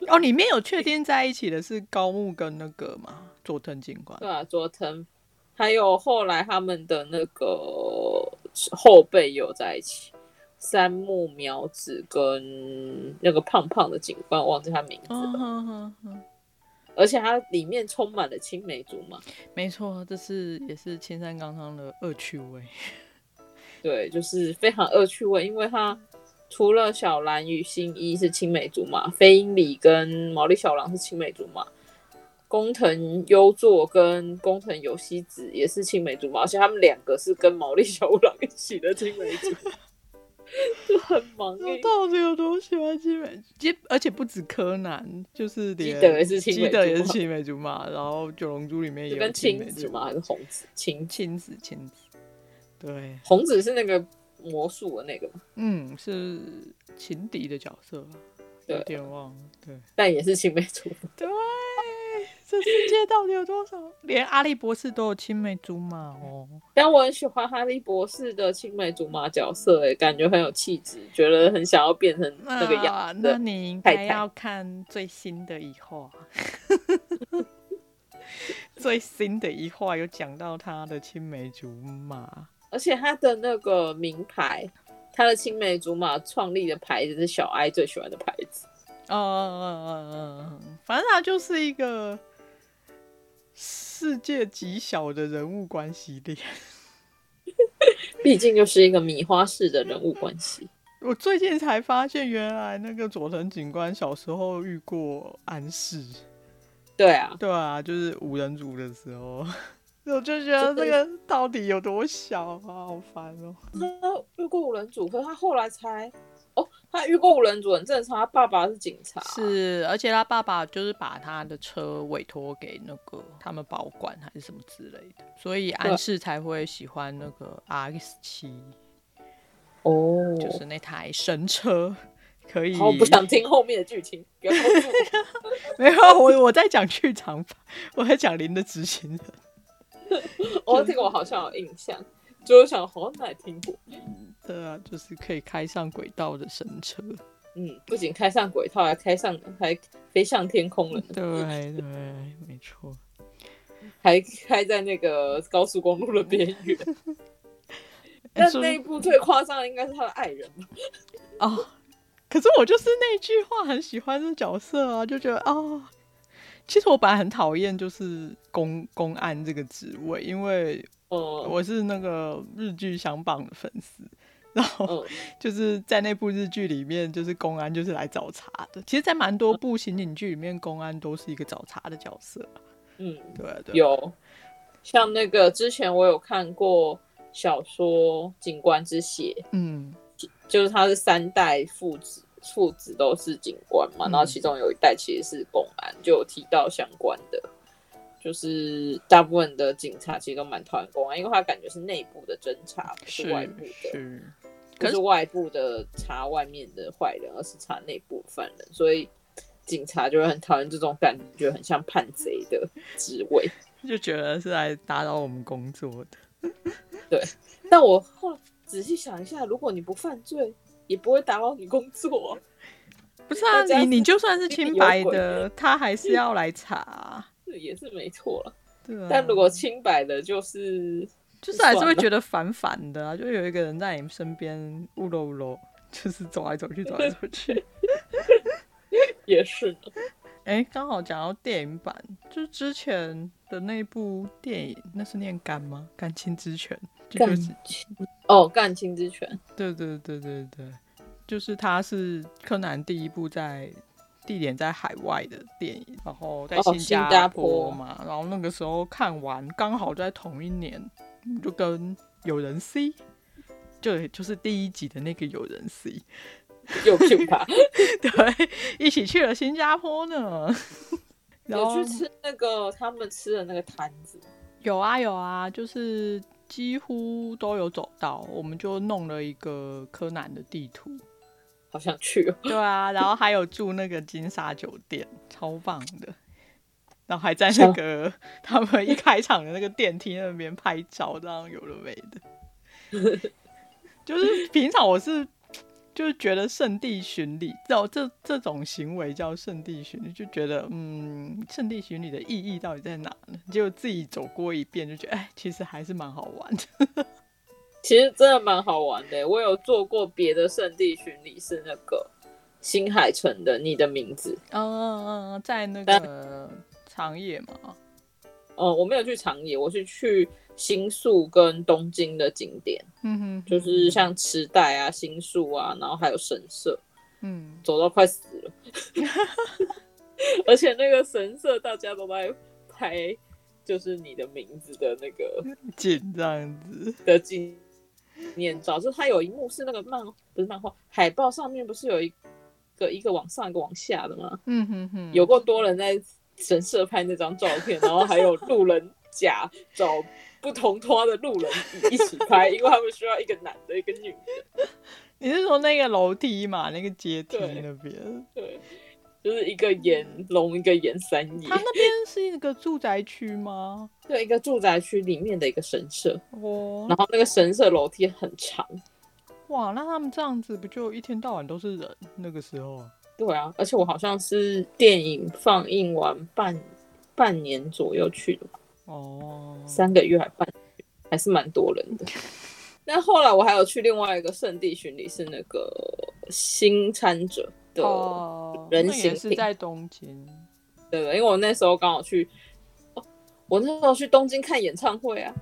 Speaker 1: 哦，里面有确定在一起的是高木跟那个嘛佐藤警官
Speaker 2: 对啊，佐藤，还有后来他们的那个后辈有在一起，三木苗子跟那个胖胖的警官，忘记他名字
Speaker 1: 嗯
Speaker 2: 了。
Speaker 1: 哼哼哼，
Speaker 2: 而且它里面充满了青梅竹马，
Speaker 1: 没错，这是也是青山刚昌的恶趣味。
Speaker 2: 对，就是非常恶趣味，因为它除了小兰与新一是青梅竹马，飞鹰里跟毛利小狼是青梅竹马，工藤优作跟工藤游希子也是青梅竹马，而且他们两个是跟毛利小五郎一起的青梅竹马，就很忙、
Speaker 1: 我
Speaker 2: 欸。
Speaker 1: 到底有多喜欢青梅？基而且不止柯南，就是连
Speaker 2: 基德也是青梅
Speaker 1: 基
Speaker 2: 竹
Speaker 1: 德也是
Speaker 2: 马
Speaker 1: 青梅竹马，然后九龙珠里面也
Speaker 2: 就
Speaker 1: 有
Speaker 2: 跟
Speaker 1: 青梅
Speaker 2: 青子
Speaker 1: 竹马，
Speaker 2: 嘛，还是红子？青
Speaker 1: 亲子亲子，对，
Speaker 2: 红子是那个魔术的那个嘛，
Speaker 1: 嗯，是情敌的角色吧，有
Speaker 2: 对
Speaker 1: 点忘了，对。
Speaker 2: 但也是青梅竹马。
Speaker 1: 对，这世界到底有多少？连阿笠博士都有青梅竹马哦。
Speaker 2: 但我很喜欢哈利博士的青梅竹马角色、欸，感觉很有气质，觉得很想要变成 那个样子
Speaker 1: 啊那
Speaker 2: 的。
Speaker 1: 你应
Speaker 2: 太
Speaker 1: 该
Speaker 2: 太
Speaker 1: 要看最新的一话。 最新的一话有讲到他的青梅竹马，
Speaker 2: 而且他的那个名牌，他的青梅竹马创立的牌子是小哀最喜欢的牌子。
Speaker 1: 呃，反正他就是一个世界极小的人物关系链。
Speaker 2: 毕竟就是一个米花式的人物关系。
Speaker 1: 我最近才发现，原来那个佐藤警官小时候遇过安室。
Speaker 2: 对啊，
Speaker 1: 对啊，就是五人组的时候， 我就觉得这个到底有多小啊，好烦哦、
Speaker 2: 他遇过五人组，可是他后来才哦，他遇过五人组很正常，他爸爸是警察。
Speaker 1: 是，而且他爸爸就是把他的车委托给那个他们保管还是什么之类的，所以安
Speaker 2: 对
Speaker 1: 室才会喜欢那个 RX 七，
Speaker 2: 哦，
Speaker 1: 就是那台神车。可以，
Speaker 2: 好，我不想听后面的剧情，不要告诉 我。
Speaker 1: 没有我我在讲剧场版，我在讲零的执行人。
Speaker 2: 哦，这个我好像有印象，就是想好像哪里听过。
Speaker 1: 对啊，就是可以开上轨道的神车。
Speaker 2: 嗯，不仅开上轨道，还开上还飞上天空了呢，
Speaker 1: 对对，没错。
Speaker 2: 还开在那个高速公路的边缘。
Speaker 1: 哎
Speaker 2: 但
Speaker 1: 说
Speaker 2: 那一部最夸张的应该是他的爱人吧，
Speaker 1: 哦，可是我就是那句话很喜欢这角色啊，就觉得哦，其实我本来很讨厌就是公公安这个职位，因为
Speaker 2: 嗯
Speaker 1: 我是那个日剧相榜的粉丝。然后
Speaker 2: 嗯，
Speaker 1: 就是在那部日剧里面，就是公安就是来找茬的。其实，在蛮多部刑警剧里面，公安都是一个找茬的角色啊。
Speaker 2: 嗯，
Speaker 1: 对啊，对啊
Speaker 2: 有，像那个之前我有看过小说《警官之血
Speaker 1: 嗯》，
Speaker 2: 就是他是三代父子。父子都是警官嘛，
Speaker 1: 嗯
Speaker 2: 然后其中有一代其实是公安，就有提到相关的，就是大部分的警察其实都蛮讨厌公安，因为他感觉是内部的侦查，不是外
Speaker 1: 是
Speaker 2: 部的。
Speaker 1: 是，
Speaker 2: 不
Speaker 1: 可
Speaker 2: 是
Speaker 1: 是
Speaker 2: 外部的查外面的坏人，而是查内部的犯人，所以警察就会很讨厌这种感觉，很像叛贼的职位。
Speaker 1: 就觉得是来打扰我们工作的。
Speaker 2: 但我后来仔细想一下，如果你不犯罪，也不会打扰你工作啊、
Speaker 1: 不是啊，
Speaker 2: 大家
Speaker 1: 你你
Speaker 2: 是
Speaker 1: 就算是
Speaker 2: 心里
Speaker 1: 清
Speaker 2: 有
Speaker 1: 白
Speaker 2: 鬼
Speaker 1: 的，他还是要来查啊。
Speaker 2: 这也是没错了。
Speaker 1: 对啊，
Speaker 2: 但如果清白的，就是
Speaker 1: 就是还是
Speaker 2: 算
Speaker 1: 会
Speaker 2: 了
Speaker 1: 觉得烦烦的啊，就有一个人在你身边呜喽呜喽， 就是走来走去，走来走 去。
Speaker 2: 也是呢
Speaker 1: 哎、刚好讲到电影版，就是之前的那部电影，那是念干吗？干青之拳，就就是
Speaker 2: 干哦，干亲之权，
Speaker 1: 对对对对对，就是它是柯南第一部在地点在海外的电影，然后在
Speaker 2: 哦
Speaker 1: 新
Speaker 2: 新加
Speaker 1: 坡
Speaker 2: 坡
Speaker 1: 嘛，然后那个时候看完，刚好就在同一年，就跟有人 C，就就是第一集的那个有人 C，
Speaker 2: 有病 吧？
Speaker 1: 对，一起去了新加坡 呢。然后
Speaker 2: 有去吃那个他们吃的那个摊子，
Speaker 1: 有啊有啊，就是几乎都有走到，我们就弄了一个柯南的地图，
Speaker 2: 好想去哦。
Speaker 1: 对啊，然后还有住那个金沙酒店，超棒的。然后还在那个他们一开场的那个电梯那边拍照，这样有了没的。 就是平常我是就是觉得圣地巡礼，这这这种行为叫圣地巡礼，就觉得嗯，圣地巡礼的意义到底在哪呢？结果自己走过一遍，就觉得哎，其实还是蛮好玩的。
Speaker 2: 其实真的蛮好玩的。欸我有做过别的圣地巡礼，是那个新海诚的《你的名字》。
Speaker 1: 嗯嗯，在那个长野嘛，
Speaker 2: 呃，我没有去长野，我是去新宿跟东京的景点，
Speaker 1: 嗯哼，
Speaker 2: 就是像池袋啊、新宿啊，然后还有神社，
Speaker 1: 嗯。
Speaker 2: 走到快死了。 而且那个神社大家都在拍，就是你的名字的那个
Speaker 1: 紧这样子。
Speaker 2: 的纪念照，就是它有一幕是那个漫不是漫画海报上面不是有一个一个往上一个往下的吗？
Speaker 1: 嗯哼哼，
Speaker 2: 有够多人在神社拍那张照片，然后还有路人甲找不同拖的路人乙一起拍，因为他们需要一个男的，一个女的。
Speaker 1: 你是说那个楼梯嘛？那个阶梯
Speaker 2: 对
Speaker 1: 那边，
Speaker 2: 对，就是一个演龙，一个演三野
Speaker 1: 它，那边是一个住宅区吗？
Speaker 2: 就一个住宅区里面的一个神社，
Speaker 1: 哦
Speaker 2: 然，后那个神社楼梯很长。
Speaker 1: 哇，那他们这样子不就一天到晚都是人？那个时候，
Speaker 2: 对啊，而且我好像是电影放映完半半年左右去的吧，
Speaker 1: 哦，
Speaker 2: 三个月还半年，还是蛮多人的。但后来我还有去另外一个圣地巡礼，是那个新参者的，
Speaker 1: 哦，
Speaker 2: 人
Speaker 1: 那也
Speaker 2: 行
Speaker 1: 是
Speaker 2: 亭
Speaker 1: 在东京。
Speaker 2: 对对，因为我那时候刚好去，哦，我那时候去东京看演唱会啊，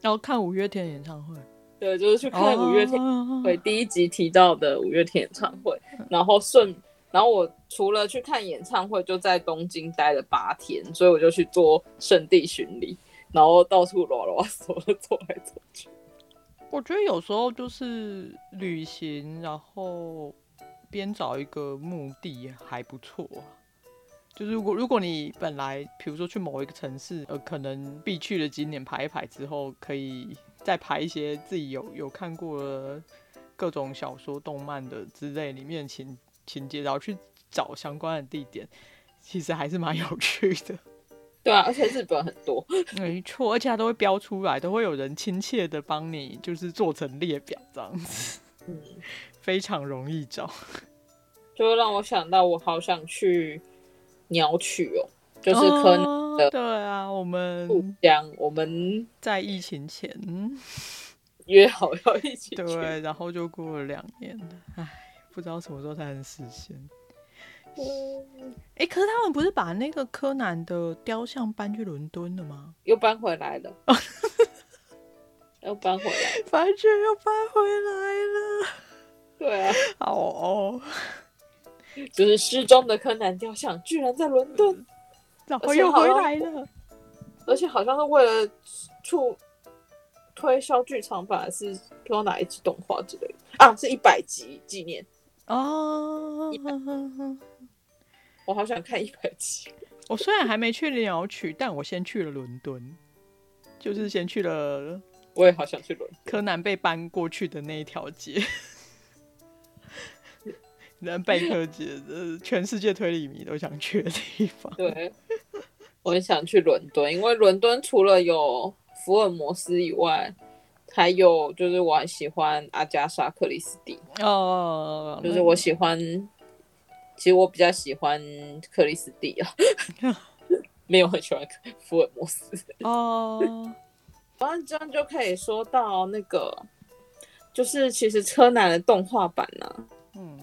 Speaker 1: 然后哦看五月天演唱会，
Speaker 2: 对，就是去看五月天
Speaker 1: 哦
Speaker 2: 对，第一集提到的五月天演唱会，然后顺，然后我除了去看演唱会，就在东京待了八天，所以我就去做圣地巡礼，然后到处啰啰嗦的 走来走去。
Speaker 1: 我觉得有时候就是旅行，然后边找一个目的还不错啊。就是如果如果你本来比如说去某一个城市，呃，可能必去的景点排一排之后，可以再排一些自己有有看过的各种小说、动漫的之类里面情情节，然后去找相关的地点，其实还是蛮有趣的。
Speaker 2: 对啊，而且日本很多，
Speaker 1: 没错，而且它都会标出来，都会有人亲切的帮你，就是做成列表这样子，
Speaker 2: 嗯，
Speaker 1: 非常容易找。
Speaker 2: 就让我想到我好想去鸟取哦，就是可能
Speaker 1: 哦对啊，我
Speaker 2: 故
Speaker 1: 们
Speaker 2: 乡，我们
Speaker 1: 在疫情前，
Speaker 2: 约好要一起去。
Speaker 1: 对，然后就过了两年了，唉，不知道什么时候才能实现。
Speaker 2: 嗯
Speaker 1: 哎、可是他们不是把那个柯南的雕像搬去伦敦了吗？
Speaker 2: 又搬回来了， 又搬回来了，
Speaker 1: 完全又搬回来了，
Speaker 2: 对啊。
Speaker 1: 好哦，
Speaker 2: 就是失踪的柯南雕像居然在伦敦，
Speaker 1: 然后又回来了。
Speaker 2: 而且好像是为了促推销剧场版，还是不知道哪一集动画之类的啊，是一百集纪念，
Speaker 1: 哦，
Speaker 2: 我好想看一百集。
Speaker 1: 我虽然还没去鸟取，但我先去了伦敦，就是先去了
Speaker 2: 我也好想去伦
Speaker 1: 柯南被搬过去的那一条街。南贝克街，呃，全世界推理迷都想去的地方。
Speaker 2: 敦，对，我很想去伦敦，因为伦敦除了有福尔摩斯以外，还有就是我很喜欢阿加莎·克里斯蒂，
Speaker 1: 哦，
Speaker 2: 就是我喜欢，其实我比较喜欢克里斯蒂啊， 没有很喜欢福尔摩斯。
Speaker 1: 哦，
Speaker 2: 然后这样就可以说到那个，就是其实柯南的动画版呢、
Speaker 1: 嗯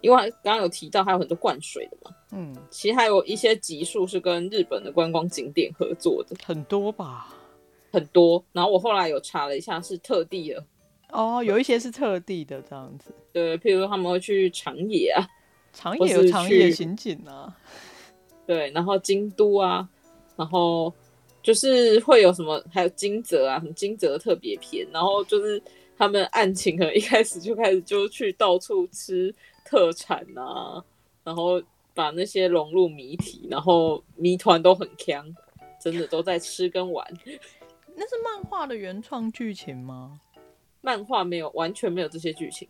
Speaker 2: 因为刚刚有提到它有很多灌水的嘛，
Speaker 1: 嗯，
Speaker 2: 其实还有一些集数是跟日本的观光景点合作的，
Speaker 1: 很多吧。
Speaker 2: 很多。然后我后来有查了一下，是特地的
Speaker 1: 哦，有一些是特地的这样子，
Speaker 2: 对，譬如他们会去长野啊，
Speaker 1: 长
Speaker 2: 或
Speaker 1: 野有
Speaker 2: 是
Speaker 1: 长野
Speaker 2: 去
Speaker 1: 刑警啊，
Speaker 2: 对，然后京都啊，然后就是会有什么，还有金泽啊，什么金泽特别篇，然后就是他们案情可能 一开始就开始就去到处吃特产啊，然后把那些融入谜题，然后谜团都很强，真的都在吃跟玩。
Speaker 1: 那是漫画的原创剧情吗？
Speaker 2: 漫画没有完全没有这些剧情，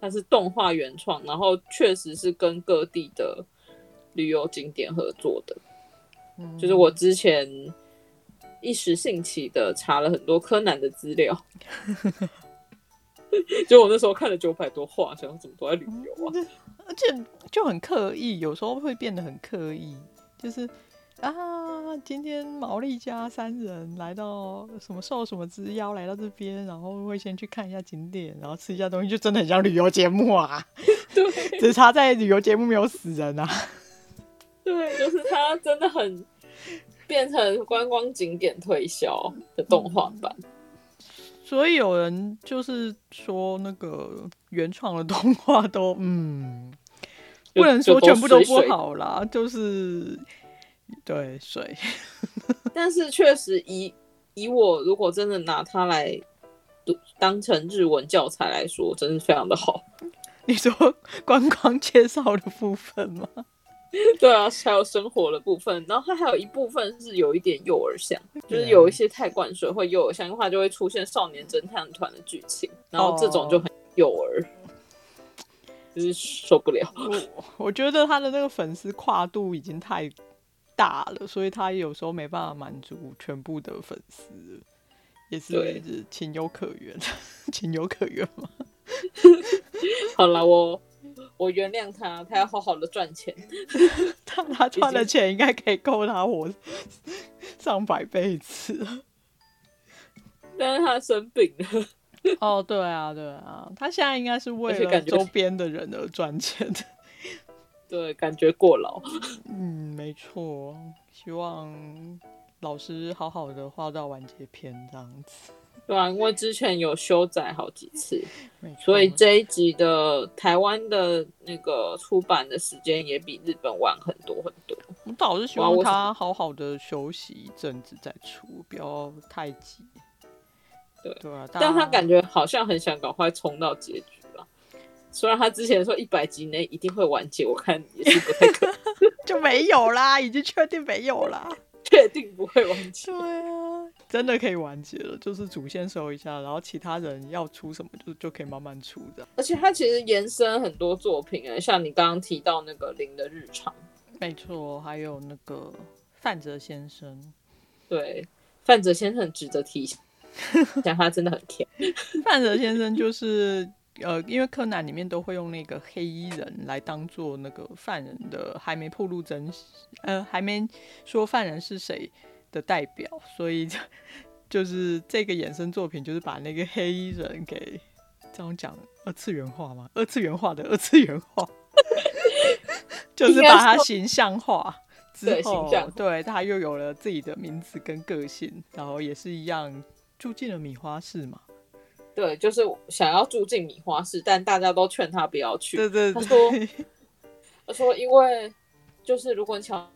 Speaker 2: 它是动画原创，然后确实是跟各地的旅游景点合作的。
Speaker 1: 嗯
Speaker 2: 就是我之前一时兴起的查了很多柯南的资料， 就我那时候看了九百多话，想说怎么都在旅游
Speaker 1: 哦
Speaker 2: 啊？
Speaker 1: 嗯而且就很刻意，有时候会变得很刻意，就是啊，今天毛利家三人来到什么受什么之邀来到这边，然后会先去看一下景点，然后吃一下东西，就真的很像旅游节目 啊，
Speaker 2: 对
Speaker 1: 只差在旅游节目没有死人啊。
Speaker 2: 对，就是它真的很变成观光景点推销的动画版。
Speaker 1: 所以有人就是说，那个原创的动画都嗯，
Speaker 2: 就
Speaker 1: 不能说
Speaker 2: 就都
Speaker 1: 全部都
Speaker 2: 水
Speaker 1: 不
Speaker 2: 水的
Speaker 1: 好啦，就是对水，
Speaker 2: 但是确实以以我如果真的拿它来读当成日文教材来说，真是非常的好。
Speaker 1: 你说观光介绍的部分吗？
Speaker 2: 对啊，还有生活的部分，然后它还有一部分是有一点幼儿像，就
Speaker 1: 对啊
Speaker 2: 是有一些太灌水会幼儿像的话，就会出现少年侦探团的剧情，然后这种
Speaker 1: 哦
Speaker 2: 就很幼儿，就是受不了。
Speaker 1: 我我觉得他的那个粉丝跨度已经太大了，所以他有时候没办法满足全部的粉丝，也
Speaker 2: 对
Speaker 1: 是情有可原， 情有可原 嘛。
Speaker 2: 好了，我我原谅他，他要好好的赚钱。
Speaker 1: 他他赚的钱应该可以够他活上百辈子了。
Speaker 2: 但是他生病了，
Speaker 1: 哦，对啊，对啊，他现在应该是为
Speaker 2: 而且
Speaker 1: 了
Speaker 2: 感觉
Speaker 1: 周边的人而赚钱的。
Speaker 2: 对，感觉过劳。
Speaker 1: 嗯，没错，希望老师好好的画到完结篇这样子。
Speaker 2: 对啊，因为之前有修改好几次，
Speaker 1: 没错
Speaker 2: 所以这一集的台湾的那个出版的时间也比日本晚很多很多。
Speaker 1: 我倒是希
Speaker 2: 哇
Speaker 1: 望
Speaker 2: 我
Speaker 1: 他好好的休息一阵子再出，不要太急。
Speaker 2: 对
Speaker 1: 对啊，
Speaker 2: 但他
Speaker 1: 大家
Speaker 2: 感觉好像很想赶快冲到结局了。虽然他之前说一百集内一定会完结，我看也是不太可 能
Speaker 1: 就没有啦，已经确定没有啦。
Speaker 2: 确定不会完结
Speaker 1: 对。啊，真的可以完结了，就是主线收一下，然后其他人要出什么就就可以慢慢出的。
Speaker 2: 而且他其实延伸很多作品哎、像你刚刚提到那个《零的日常》，
Speaker 1: 没错，还有那个范泽先生，
Speaker 2: 对，范泽先生很值得提一下， 讲他真的很甜。
Speaker 1: 范泽先生就是呃，因为柯南里面都会用那个黑衣人来当做那个犯人的还没暴露真呃还没说犯人是谁的代表，所以 就是这个衍生作品就是把那个黑衣人给这样讲二次元化嘛，二次元化的二次元化， 就是把它形象化。之
Speaker 2: 对形
Speaker 1: 后，
Speaker 2: 象化
Speaker 1: 对他又有了自己的名字跟个性，然后也是一样住进了米花市嘛。
Speaker 2: 对，就是想要住进米花市，但大家都劝他不要去。
Speaker 1: 对对
Speaker 2: 他
Speaker 1: 对，
Speaker 2: 说他说因为就是如果你想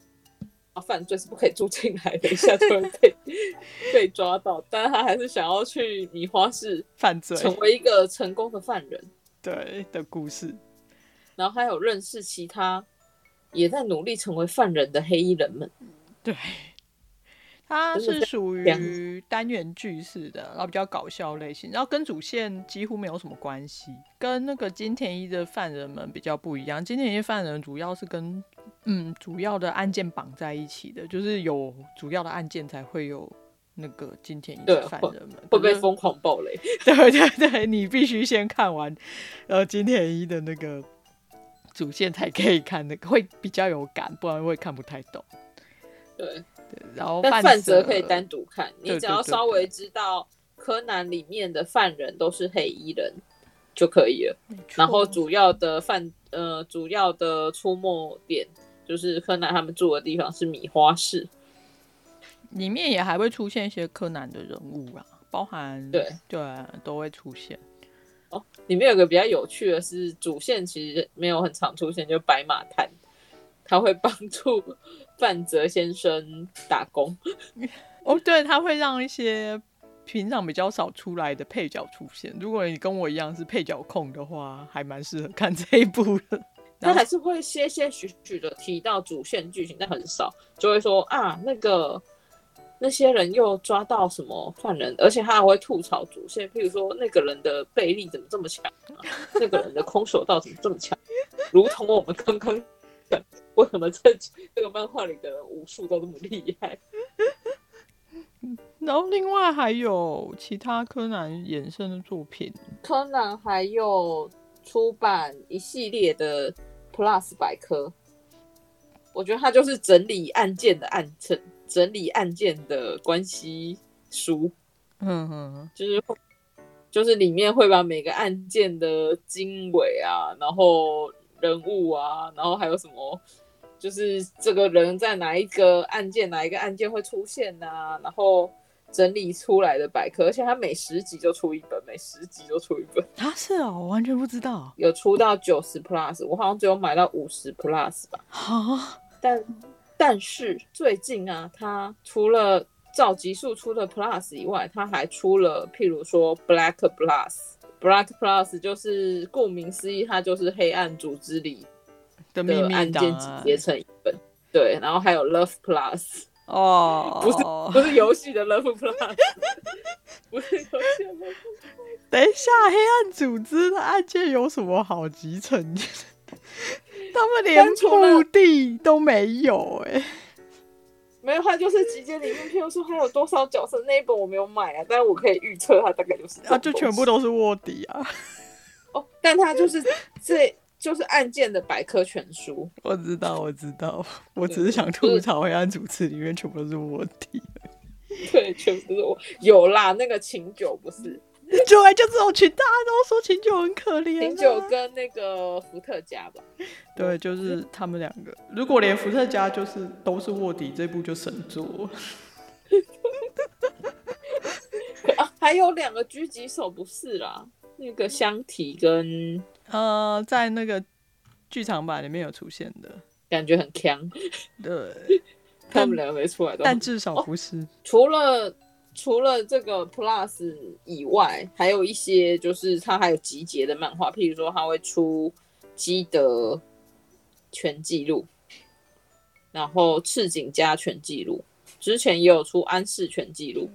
Speaker 2: 要犯罪是不可以住进来的，一下就会 被被抓到，但他还是想要去米花市
Speaker 1: 犯罪
Speaker 2: 成为一个成功的犯人，
Speaker 1: 对的故事，
Speaker 2: 然后还有认识其他也在努力成为犯人的黑衣人们。
Speaker 1: 对，它
Speaker 2: 就是
Speaker 1: 是属于单元剧式的，然后比较搞笑类型，然后跟主线几乎没有什么关系，跟那个金田一的犯人们比较不一样。金田一犯人主要是跟嗯主要的案件绑在一起的，就是有主要的案件才会有。那个金田一的
Speaker 2: 对
Speaker 1: 犯人们
Speaker 2: 会不会
Speaker 1: 可是
Speaker 2: 疯狂暴雷？
Speaker 1: 对对对，你必须先看完，呃，金田一的那个主线才可以看那个，会比较有感，不然会看不太懂。
Speaker 2: 对，
Speaker 1: 然后
Speaker 2: 但
Speaker 1: 范
Speaker 2: 范
Speaker 1: 泽
Speaker 2: 泽可以单独看，
Speaker 1: 对
Speaker 2: 你只要
Speaker 1: 对对
Speaker 2: 稍微知道柯南里面的犯人都是黑衣人就可以了。
Speaker 1: 没错
Speaker 2: 然后主要的犯呃主要的出没点就是柯南他们住的地方是米花市，
Speaker 1: 里面也还会出现一些柯南的人物啊，包含
Speaker 2: 对
Speaker 1: 对都会出现。
Speaker 2: 里面有个比较有趣的是，主线其实没有很常出现，就白马探，他会帮助 范泽先生打工。
Speaker 1: 哦，对，它会让一些平常比较少出来的配角出现。如果你跟我一样是配角控的话，还蛮适合看这一部的。然
Speaker 2: 他
Speaker 1: 后
Speaker 2: 还是会些些许许的提到主线剧情，但很少，就会说啊，那个那些人又抓到什么犯人，而且他还会吐槽主线，譬如说那个人的背力怎么这么强、 啊，那个人的空手道怎么这么强，如同我们刚刚讲，为什么这这个漫画里的人武术都这么厉害？
Speaker 1: 然后另外还有其他柯南衍生的作品，
Speaker 2: 柯南还有出版一系列的 Plus 百科，我觉得它就是整理案件的案整整理案件的关系书，
Speaker 1: 嗯哼，
Speaker 2: 就是会就是里面会把每个案件的经纬啊，然后人物啊，然后还有什么。就是这个人在哪一个案件，哪一个案件会出现呐、然后整理出来的百科，而且它每十集就出一本，每十集就出一本。
Speaker 1: 啊是哦，我完全不知道，
Speaker 2: 有出到九十 plus，我好像只有买到五十 plus 吧。
Speaker 1: 啊，
Speaker 2: 但但是最近啊，它除了照级数出的 plus 以外，它还出了譬如说 black plus。Black Plus 就是顾名思义，它就是黑暗组织里
Speaker 1: 的秘
Speaker 2: 的
Speaker 1: 密
Speaker 2: 案
Speaker 1: 档啊
Speaker 2: 件集
Speaker 1: 案
Speaker 2: 结成一本，对，然后还有 Love Plus，
Speaker 1: 哦，
Speaker 2: 不不是游戏的 Love Plus，不是游戏的 Love
Speaker 1: 等一下，黑暗组织的案件有什么好集成？ 他们连
Speaker 2: 单纯啊
Speaker 1: 目的都没有哎、
Speaker 2: 没有，它就是集结里面，譬如说还有多少角色那一本我没有买啊，但是我可以预测它大概就是这
Speaker 1: 啊，
Speaker 2: 种
Speaker 1: 就全部
Speaker 2: 东
Speaker 1: 都是卧底啊！
Speaker 2: 西哦，但它就是这就是案件的百科全书，
Speaker 1: 我知道，我知道，我
Speaker 2: 对
Speaker 1: 只是想
Speaker 2: 就
Speaker 1: 吐
Speaker 2: 是
Speaker 1: 槽黑暗组织里面全部都是卧底，
Speaker 2: 对，全部都是我有啦，那个秦九不是
Speaker 1: 对，就这种群，大家都说秦九很可怜、啊，
Speaker 2: 秦九跟那个伏特加吧，
Speaker 1: 对，就是他们两个。如果连伏特加就是都是卧底，这部就神作。
Speaker 2: 啊，还有两个狙击手不是啦，那个香缇跟
Speaker 1: 呃，在那个剧场版里面有出现的，
Speaker 2: 感觉很强，
Speaker 1: 对，
Speaker 2: 他们两个没出来都
Speaker 1: 但至少不是。
Speaker 2: 除了除了这个 Plus 以外，还有一些就是它还有集结的漫画，譬如说它会出基德全记录，然后赤井家全记录，之前也有出安室全记录，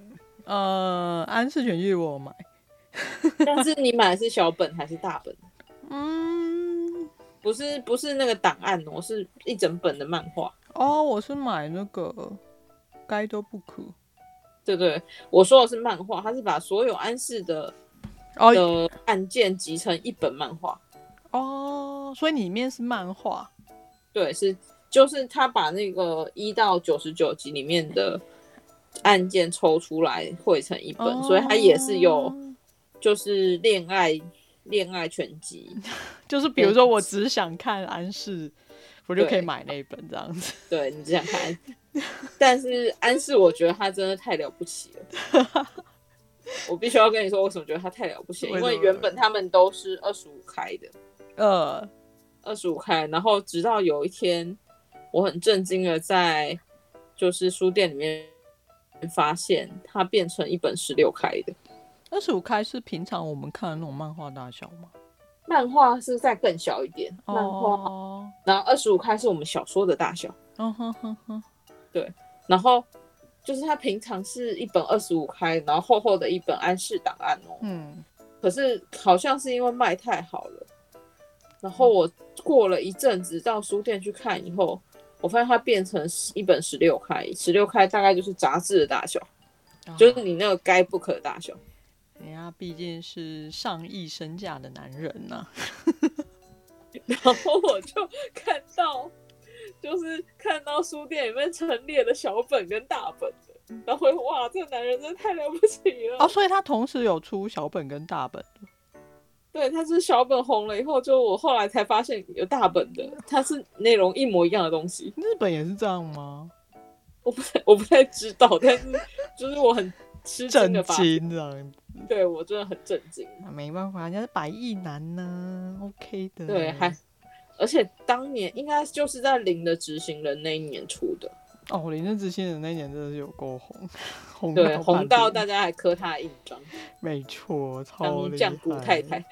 Speaker 1: 呃，安室全剧我有买，
Speaker 2: 但是你买的是小本还是大本？
Speaker 1: 嗯，
Speaker 2: 不是不是那个档案哦，是一整本的漫画。
Speaker 1: 哦，我是买那个该都不可
Speaker 2: 对对，我说的是漫画，它是把所有安室的
Speaker 1: 哦
Speaker 2: 的案件集成一本漫画。
Speaker 1: 哦，所以里面是漫画
Speaker 2: 对，是就是他把那个一到九十九集里面的案件抽出来汇成一本，
Speaker 1: 哦
Speaker 2: 所以他也是有就是恋爱恋爱全集，
Speaker 1: 就是比如说我只想看安室，我就可以买那一本这样子。
Speaker 2: 对你只想看安。但是安室，我觉得他真的太了不起了。我必须要跟你说，为什么觉得他太了不起了？
Speaker 1: 为
Speaker 2: 因为
Speaker 1: 什么
Speaker 2: 原本他们都是二十五开的，
Speaker 1: 呃，
Speaker 2: 二十五开，然后直到有一天，我很震惊的在就是书店里面发现它变成一本十六开的
Speaker 1: 二十五开是平常我们看的那种漫画大小吗？
Speaker 2: 漫画，是再更小一点，漫画，
Speaker 1: 哦，
Speaker 2: 然后二十五开是我们小说的大小，
Speaker 1: 嗯哼哼哼，
Speaker 2: 然后就是它平常是一本二十五开，然后厚厚的一本安室档案哦，
Speaker 1: 嗯，
Speaker 2: 可是好像是因为卖太好了，然后我过了一阵子到书店去看以后，我发现它变成一本十六开，十六开大概就是杂志的大小，就是你那个该 book 的大小。
Speaker 1: 人家哎毕竟是上亿身价的男人呐、
Speaker 2: 然后我就看到，就是看到书店里面陈列的小本跟大本的，然后我哇，这个男人真的太了不起了。
Speaker 1: 哦，所以他同时有出小本跟大本。
Speaker 2: 对，他是小本红了以后，就我后来才发现有大本的，它是内容一模一样的东西。
Speaker 1: 日本也是这样吗？
Speaker 2: 我不太我不太知道，但是就是我很吃惊
Speaker 1: 震
Speaker 2: 的吧？
Speaker 1: 惊这样子，
Speaker 2: 对我真的很震惊。
Speaker 1: 那没办法，人家是百亿男呢，OK 的。
Speaker 2: 对，还而且当年应该就是在零的执行人那一年出的，
Speaker 1: 哦，林正之新人那一年真的是有够红， 红
Speaker 2: 对，
Speaker 1: 到
Speaker 2: 红
Speaker 1: 半
Speaker 2: 到
Speaker 1: 边
Speaker 2: 大家还磕他的印章，
Speaker 1: 没错，超
Speaker 2: 当
Speaker 1: 厉
Speaker 2: 酱骨
Speaker 1: 害
Speaker 2: 太太。。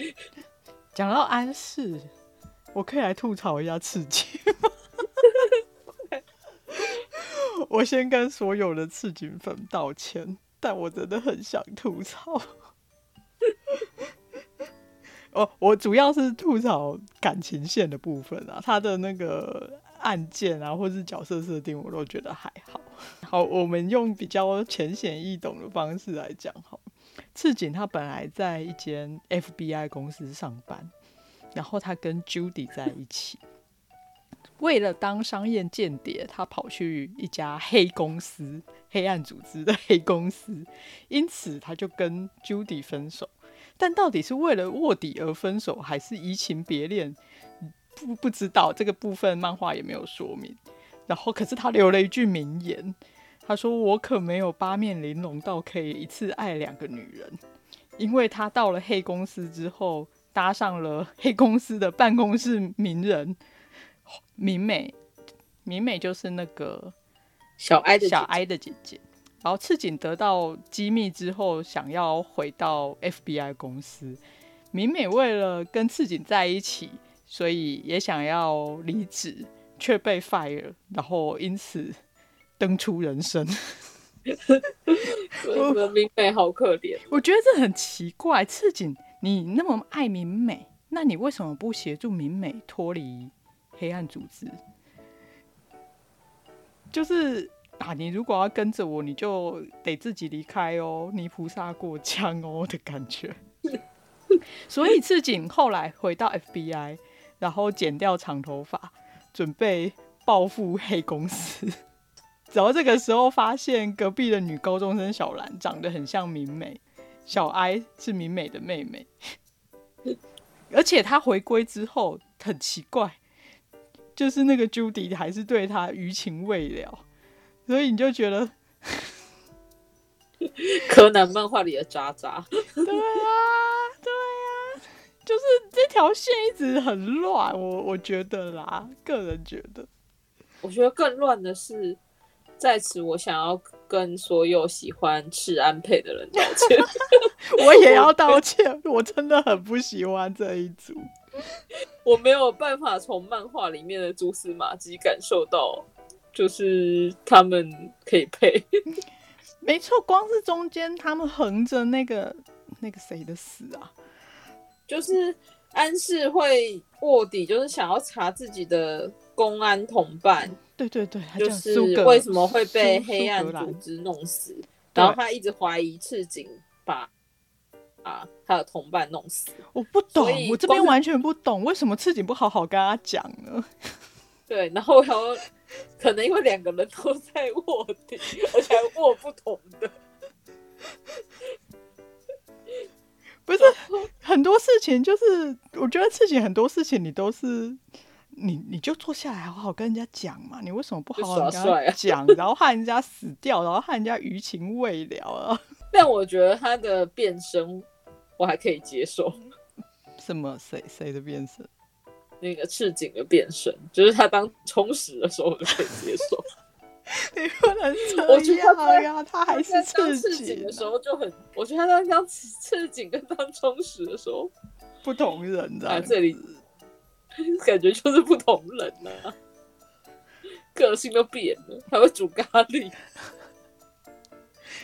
Speaker 1: 讲到安室，我可以来吐槽一下刺激吗。我先跟所有的刺警粉道歉，但我真的很想吐槽。哦，我主要是吐槽感情线的部分啊，他的那个案件啊，或是角色设定，我都觉得还好。好，我们用比较浅显易懂的方式来讲好了赤井他本来在一间 FBI 公司上班，然后他跟 Judy 在一起。为了当商业间谍，他跑去一家黑公司、黑暗组织的黑公司，因此他就跟 Judy 分手。但到底是为了卧底而分手，还是移情别恋，不不知道这个部分漫画也没有说明。然后，可是他留了一句名言，他说：“我可没有八面玲珑到可以一次爱两个女人，因为他到了黑公司之后，搭上了黑公司的办公室名人明美，明美就是那个
Speaker 2: 小哀的
Speaker 1: 小
Speaker 2: 姐姐
Speaker 1: 哀的姐姐。然后赤井得到机密之后，想要回到 FBI 公司，明美为了跟赤井在一起，所以也想要离职，却被 fire，然后因此登出人生。
Speaker 2: 我的明美好可怜，
Speaker 1: 我觉得这很奇怪，赤井，你那么爱明美，那你为什么不协助明美脱离黑暗组织？就是啊，你如果要跟着我，你就得自己离开哦，泥菩萨过江哦的感觉。所以赤井后来回到 FBI，然后剪掉长头发，准备报复黑公司。 然后这个时候发现隔壁的女高中生小兰长得很像明美，小哀是明美的妹妹。而且她回归之后很奇怪，就是那个 Judy 还是对她余情未了，所以你就 觉得
Speaker 2: 柯南漫画里的渣渣。
Speaker 1: 对啊，对啊，就是这条线一直很乱，我我觉得啦，个人觉得，
Speaker 2: 我觉得更乱的是，在此我想要跟所有喜欢吃安配的人道歉。
Speaker 1: 我也要道歉，我真的很不喜欢这一组。
Speaker 2: 我没有办法从漫画里面的蛛丝马迹感受到，就是他们可以配。
Speaker 1: 没错，光是中间他们横着那个那个谁的死啊，
Speaker 2: 就是安室会卧底，就是想要查自己的公安同伴，
Speaker 1: 对对对，他
Speaker 2: 就
Speaker 1: 叫
Speaker 2: 是
Speaker 1: 啊苏格，
Speaker 2: 为什么会被
Speaker 1: 苏
Speaker 2: 黑暗
Speaker 1: 苏格
Speaker 2: 组
Speaker 1: 兰
Speaker 2: 织弄死，
Speaker 1: 对
Speaker 2: 然后他一直怀疑赤井把把他的同伴弄死。
Speaker 1: 我不懂
Speaker 2: 所，以
Speaker 1: 我这边
Speaker 2: 光是
Speaker 1: 完全不懂，为什么赤井不好好跟他讲呢？
Speaker 2: 对，然后还有可能因为两个人都在卧底，而且还卧不同的。
Speaker 1: 不 是很多事情，就是我觉得赤井很多事情你都是。你你就坐下来好好跟人家讲嘛，你为什么不好好
Speaker 2: 就
Speaker 1: 跟
Speaker 2: 耍
Speaker 1: 他
Speaker 2: 帅啊
Speaker 1: 讲，然后害人家死掉，然后害人家余情未了啊？
Speaker 2: 但我觉得他的变身我还可以接受，
Speaker 1: 什么谁谁的变身？
Speaker 2: 那个赤井的变身，就是他当充实的时候我就可以接受。
Speaker 1: 你不能
Speaker 2: 我
Speaker 1: 这
Speaker 2: 觉得他
Speaker 1: 样呀、他 还是
Speaker 2: 他在当赤
Speaker 1: 井
Speaker 2: 井
Speaker 1: 啊
Speaker 2: 的时候就很，我觉得他在当赤井跟当充实的时候，
Speaker 1: 不同人的、
Speaker 2: 啊，这里感觉就是不同人了、个性都变了，还会煮咖喱，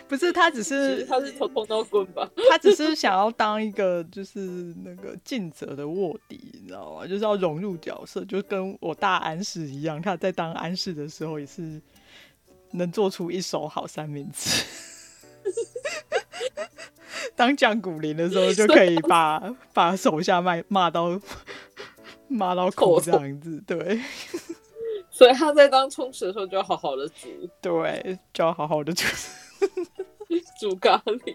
Speaker 1: 不是他只
Speaker 2: 其实
Speaker 1: 是
Speaker 2: 他是头头脑滚吧？
Speaker 1: 他只是想要当一个就是那个尽责的卧底，你知道吗？就是要融入角色，就跟我大安室一样，他在当安室的时候也是能做出一手好三明治。 当降骨林的时候，就可以把把手下骂骂到 骂到哭这样子，对
Speaker 2: 所以他在当充实的时候就要好好的煮
Speaker 1: 对，就要好好的处理
Speaker 2: 煮咖喱。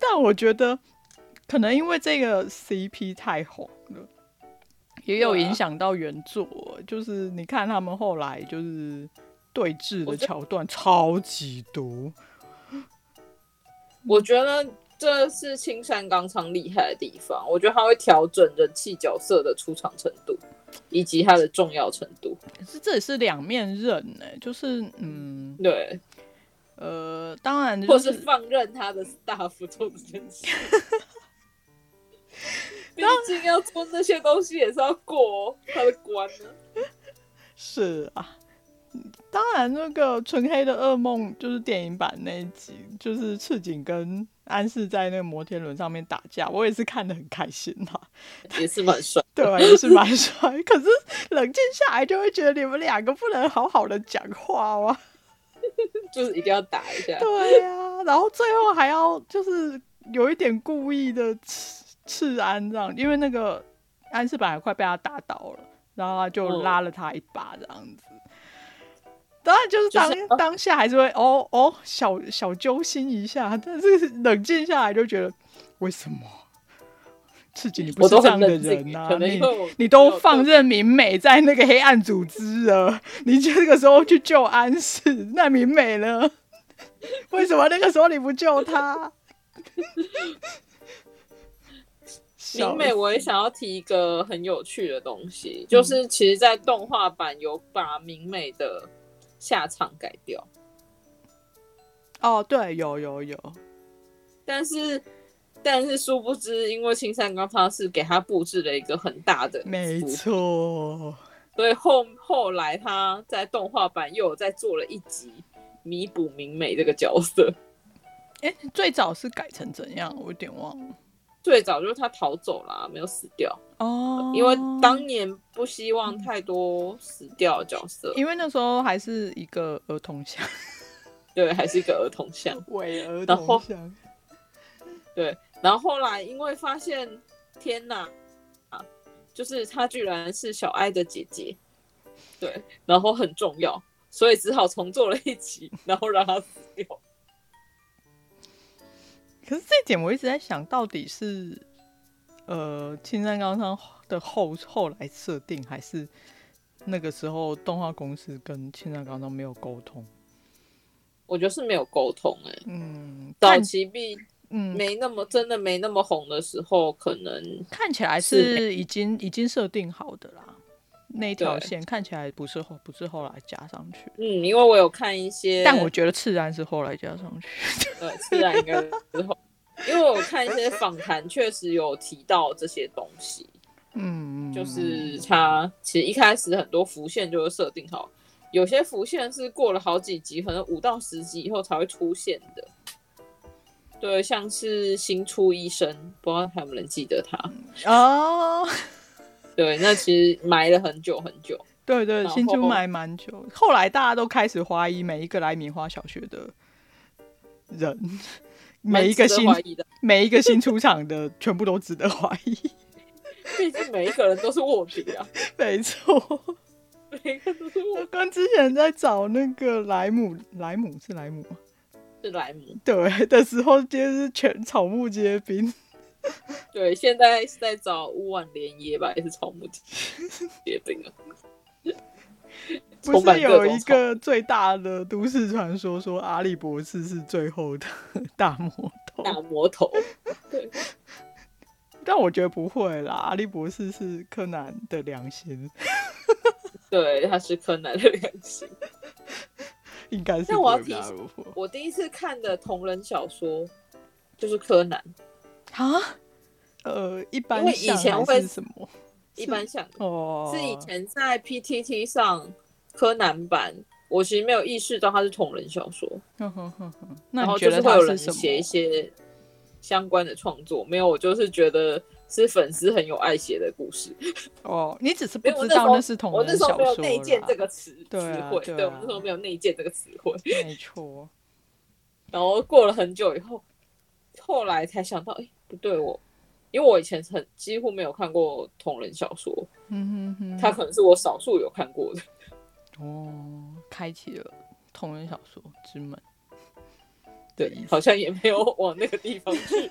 Speaker 1: 但我觉得，可能因为这个 CP 太红了，也有
Speaker 2: 对啊
Speaker 1: 影响到原作。就是你看他们后来就是对峙的
Speaker 2: 我觉得
Speaker 1: 桥段超级多，
Speaker 2: 我觉得这是青山刚昌厉害的地方。我觉得他会调整人气角色的出场程度，以及它的重要程度。
Speaker 1: 可是这也是两面刃呢、就是嗯
Speaker 2: 对，
Speaker 1: 呃，当然就
Speaker 2: 或
Speaker 1: 是
Speaker 2: 是放任他的 staff 做这件 事。毕竟要做那些东西也是要过、哦、他的关呢、
Speaker 1: 是啊，当然那个《纯黑的噩梦》就是电影版那一集，就是赤井跟安室在那个摩天轮上面打架，我也是看得很开心啊啦、
Speaker 2: 也是蛮帅。
Speaker 1: 对啊，也是蛮帅。 可是冷静下来就会觉得你们两个不能好好的讲话哇。
Speaker 2: 就是一定要打一下。
Speaker 1: 对啊，然后最后还要就是有一点故意的刺刺安这样，因为那个安室本来快被他打倒了，然后他就
Speaker 2: 嗯
Speaker 1: 拉了他一把这样子。当然就是当、
Speaker 2: 就是
Speaker 1: 当下还是会哦哦小小揪心一下，但是冷静下来就觉得为什么？刺激你不
Speaker 2: 我
Speaker 1: 是
Speaker 2: 都
Speaker 1: 这样
Speaker 2: 很
Speaker 1: 的
Speaker 2: 冷静
Speaker 1: 人啊！
Speaker 2: 可能
Speaker 1: 你
Speaker 2: 因为我
Speaker 1: 你都
Speaker 2: 没有
Speaker 1: 放
Speaker 2: 特
Speaker 1: 任明美在那个黑暗组织了，你这个时候去救安室，那明美呢？为什么那个时候你不救 她？
Speaker 2: 明美，我也想要提一个很有趣的东西，就是其实，在动画版有把明美的下场改掉，
Speaker 1: 哦，对，有有有，
Speaker 2: 但是但是殊不知，因为青山刚昌是给他布置了一个很大的
Speaker 1: 没
Speaker 2: 伏笔
Speaker 1: 错，
Speaker 2: 所以后后来他在动画版又有再做了一集弥补明美这个角色。
Speaker 1: 哎、最早是改成怎样？我有点忘了
Speaker 2: 最早就是他逃走啦，没有死掉，
Speaker 1: 哦，
Speaker 2: 因为当年不希望太多死掉的角色，
Speaker 1: 因为那时候还是一个儿童 像，
Speaker 2: 对，还是一个儿童像。
Speaker 1: 伪儿
Speaker 2: 然后
Speaker 1: 童像，
Speaker 2: 对，然后后来因为发现，天哪，啊，就是她居然是小爱的姐姐，对，然后很重要，所以只好重做了一集，然后让她死掉。
Speaker 1: 可是这一点我一直在想，到底是呃青山刚昌的后后来设定，还是那个时候动画公司跟青山刚昌没有沟通？
Speaker 2: 我觉得是没有沟通哎、
Speaker 1: 嗯，
Speaker 2: 早
Speaker 1: 看
Speaker 2: 期毕
Speaker 1: 嗯
Speaker 2: 没那么真的没那么红的时候，可能
Speaker 1: 看起来
Speaker 2: 是
Speaker 1: 是已经已经设定好的啦，那一条
Speaker 2: 对
Speaker 1: 线看起来不是后不是后来加上去，
Speaker 2: 嗯，因为我有看一些，
Speaker 1: 但我觉得赤然是后来加上去。
Speaker 2: 呃，自然应该之后，因为我看一些访谈，确实有提到这些东西。
Speaker 1: 嗯，
Speaker 2: 就是它其实一开始很多浮现就是设定好，有些浮现是过了好几集，可能五到十集以后才会出现的。对，像是新出医生，不知道还有没有人记得他。
Speaker 1: 嗯哦，
Speaker 2: 对，那其实埋了很久很久。
Speaker 1: 对对，
Speaker 2: 然
Speaker 1: 新出
Speaker 2: 后
Speaker 1: 买蛮久，后来大家都开始怀疑每一个来米花小学的人，每一个
Speaker 2: 蛮值得
Speaker 1: 新
Speaker 2: 怀疑的，
Speaker 1: 每一个新出场的全部都值得怀疑，
Speaker 2: 毕竟每一个人都是卧底啊，
Speaker 1: 没错。
Speaker 2: 每一个都是卧
Speaker 1: 我跟之前在找那个莱姆，莱姆是莱姆吗，
Speaker 2: 底莱姆。
Speaker 1: 对的时候，就是全草木皆兵。
Speaker 2: 对，现在是在找乌万连耶吧，也是草木 决定了。
Speaker 1: 不
Speaker 2: 充
Speaker 1: 是
Speaker 2: 满各
Speaker 1: 有
Speaker 2: 种
Speaker 1: 一个最大的都市传说说阿笠博士是最后的大魔头？
Speaker 2: 大魔头，对，
Speaker 1: 但我觉得不会啦，阿笠博士是柯南的良心，
Speaker 2: 对，他是柯南的良心。
Speaker 1: 应该是
Speaker 2: 那
Speaker 1: 不
Speaker 2: 我要
Speaker 1: 会被
Speaker 2: 提
Speaker 1: 他
Speaker 2: 醒
Speaker 1: 虏 获
Speaker 2: 我第一次看的同人小说就是柯南，
Speaker 1: 啊。呃，一般
Speaker 2: 因为以
Speaker 1: 像
Speaker 2: 前
Speaker 1: 还
Speaker 2: 会
Speaker 1: 是什么？
Speaker 2: 一般想
Speaker 1: 哦，
Speaker 2: 是以前在 PTT 上柯南版，我其实没有意识到它是同人小说，
Speaker 1: 哼哼哼哼。那
Speaker 2: 然
Speaker 1: 你
Speaker 2: 后
Speaker 1: 觉
Speaker 2: 就
Speaker 1: 得
Speaker 2: 会
Speaker 1: 它
Speaker 2: 有
Speaker 1: 是
Speaker 2: 人
Speaker 1: 什么？
Speaker 2: 写一些相关的创作，没有，我就是觉得是粉丝很有爱写的故事。
Speaker 1: 哦，你只是不
Speaker 2: 没有我
Speaker 1: 知
Speaker 2: 那时
Speaker 1: 道
Speaker 2: 候
Speaker 1: 那是同
Speaker 2: 我那
Speaker 1: 人
Speaker 2: 时候
Speaker 1: 小
Speaker 2: 没有
Speaker 1: 说
Speaker 2: 内建
Speaker 1: 啦
Speaker 2: 这个词词
Speaker 1: 对啊
Speaker 2: 汇，
Speaker 1: 对
Speaker 2: 对我
Speaker 1: 啊
Speaker 2: 那时候没有内建这个词汇，
Speaker 1: 没 错，
Speaker 2: 然后过了很久以后，后来才想到，哎，不对我。因为我以前很几乎没有看过同人小说，
Speaker 1: 嗯哼哼，
Speaker 2: 它可能是我少数有看过的。
Speaker 1: 哦，开启了同人小说之门。
Speaker 2: 对，好像也没有往那个地方去，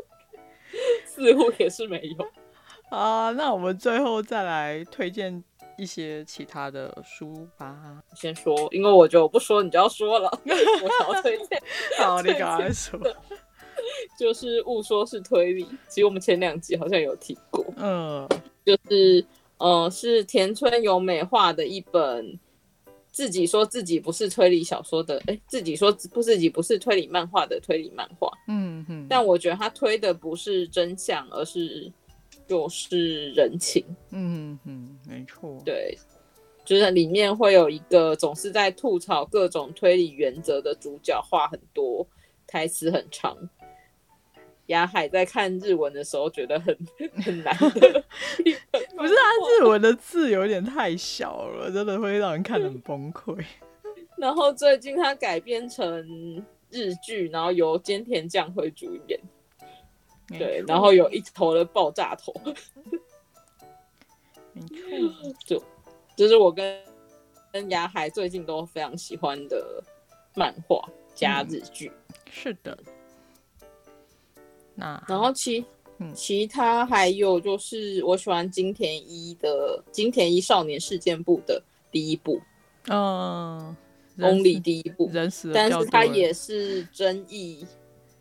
Speaker 2: 似乎也是没有。
Speaker 1: 啊，那我们最后再来推荐一些其他的书 吧。
Speaker 2: 你先说，因为我觉得我不说你就要说了。 我想要推荐，
Speaker 1: 好，你
Speaker 2: 最
Speaker 1: 赶快
Speaker 2: 近
Speaker 1: 说。
Speaker 2: 就是《误说是推理》，其实我们前两集好像有提过，
Speaker 1: 嗯
Speaker 2: 就是呃，是田村由美画的一本自己说自己不是推理小说的，哎，自己说不自己不是推理漫画的推理漫画。
Speaker 1: 嗯嗯，
Speaker 2: 但我觉得他推的不是真相，而是就是人情。
Speaker 1: 嗯嗯，没错。
Speaker 2: 对，就是里面会有一个总是在吐槽各种推理原则的主角，话很多，台词很长。雅海在看日文的时候觉得很 很难的，
Speaker 1: 不是他日文的字有点太小了，真的会让人看得很崩溃。
Speaker 2: 然后最近他改编成日剧，然后由菅田将晖主演，
Speaker 1: 没
Speaker 2: 对，
Speaker 1: 错
Speaker 2: 然后有一头的爆炸头，
Speaker 1: 没错，
Speaker 2: 这是我跟跟雅海最近都非常喜欢的漫画加
Speaker 1: 嗯
Speaker 2: 日剧。
Speaker 1: 是的。那
Speaker 2: 然后其
Speaker 1: 嗯
Speaker 2: 其他还有就是我喜欢金田一的金田一少年事件簿的第一部
Speaker 1: 嗯，人
Speaker 2: ，Only
Speaker 1: 死
Speaker 2: 第一部，
Speaker 1: 人死了
Speaker 2: 但
Speaker 1: 比较
Speaker 2: 是
Speaker 1: 多
Speaker 2: 它
Speaker 1: 人
Speaker 2: 也是争议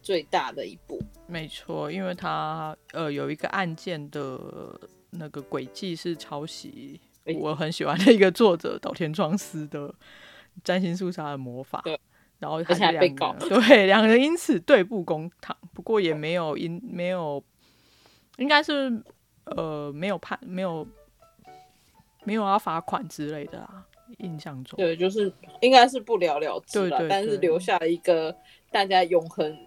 Speaker 2: 最大的一部。
Speaker 1: 没错，因为他呃有一个案件的那个轨迹是抄袭
Speaker 2: 哎
Speaker 1: 我很喜欢的一个作者岛田庄司的《占星术杀的魔法》
Speaker 2: 对，
Speaker 1: 然后
Speaker 2: 而且还
Speaker 1: 两
Speaker 2: 被
Speaker 1: 个
Speaker 2: 告
Speaker 1: 对两人因此对簿公堂，不过也没有因没有，应该是呃没有判没有没有要罚款之类的啊，印象中
Speaker 2: 对，就是应该是不了了之了，
Speaker 1: 对对
Speaker 2: 但是
Speaker 1: 对
Speaker 2: 留下了一个大家永恒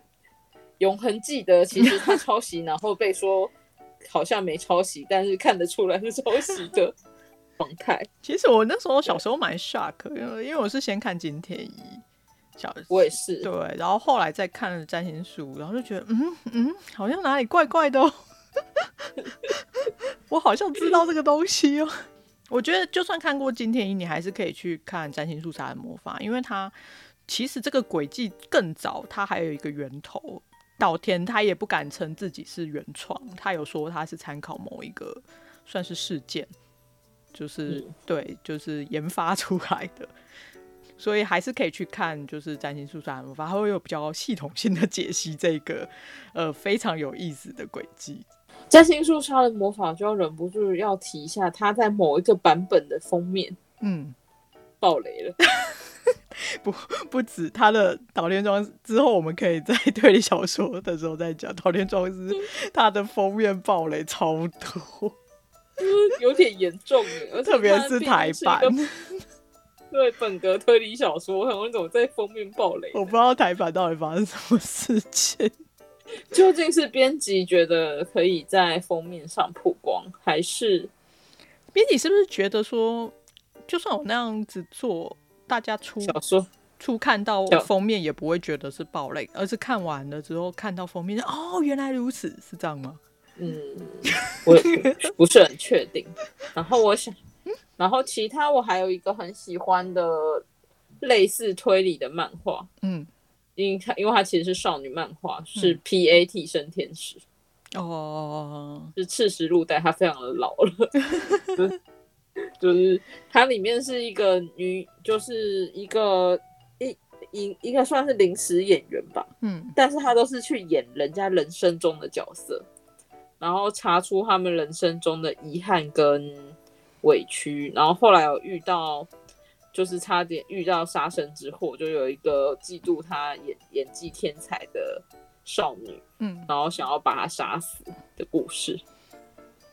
Speaker 2: 永恒记得，其实他抄袭，然后被说好像没抄袭，但是看得出来是抄袭的状态。
Speaker 1: 其实我那时候小时候蛮 shock，因为因为我是先看金田一小，
Speaker 2: 我也是，
Speaker 1: 对，然后后来再看了占星术，然后就觉得嗯嗯，好像哪里怪怪的哦， 我好像知道这个东西哦。 我觉得就算看过金田一，你还是可以去看占星术杀人魔法，因为它其实这个轨迹更早，它还有一个源头。岛田他也不敢称自己是原创，他有说他是参考某一个算是事件，就是、
Speaker 2: 嗯
Speaker 1: 对，就是研发出来的。所以还是可以去看，就是占星术杀人魔法，它会有比较系统性的解析这个呃非常有意思的轨迹。
Speaker 2: 占星术杀人魔法就要忍不住要提一下，它在某一个版本的封面
Speaker 1: 嗯，
Speaker 2: 爆雷了。
Speaker 1: 不止他的岛田庄司之后，我们可以在推理小说的时候再讲岛田庄司，他的封面暴雷超多，
Speaker 2: 有点严重耶，而且
Speaker 1: 特别
Speaker 2: 它
Speaker 1: 是
Speaker 2: 毕竟
Speaker 1: 台
Speaker 2: 是一
Speaker 1: 版
Speaker 2: 个， 对本格推理小说，我想问怎么在封面爆雷？
Speaker 1: 我不知道台版到底发生什么事情。
Speaker 2: 究竟是编辑觉得可以在封面上曝光，还是
Speaker 1: 编辑是不是觉得说，就算我那样子做，大家出
Speaker 2: 小说？
Speaker 1: 初看到
Speaker 2: 就
Speaker 1: 封面也不会觉得是暴雷，而是看完了之后看到封面，哦，原来如此，是这样吗？
Speaker 2: 嗯，我不是很确定。然后我想，然后其他我还有一个很喜欢的类似推理的漫画，
Speaker 1: 嗯，
Speaker 2: 因为它因为它其实是少女漫画，是 P A 替身天使，
Speaker 1: 哦，
Speaker 2: 是赤石路代，它非常的老了，就是就是它里面是一个女，就是一个一一一个算是临时演员吧，
Speaker 1: 嗯
Speaker 2: 但是她都是去演人家人生中的角色，然后查出他们人生中的遗憾跟委屈，然后后来有遇到。就是差点遇到杀身之祸，就有一个嫉妒她演演技天才的少女，
Speaker 1: 嗯，
Speaker 2: 然后想要把她杀死的故事，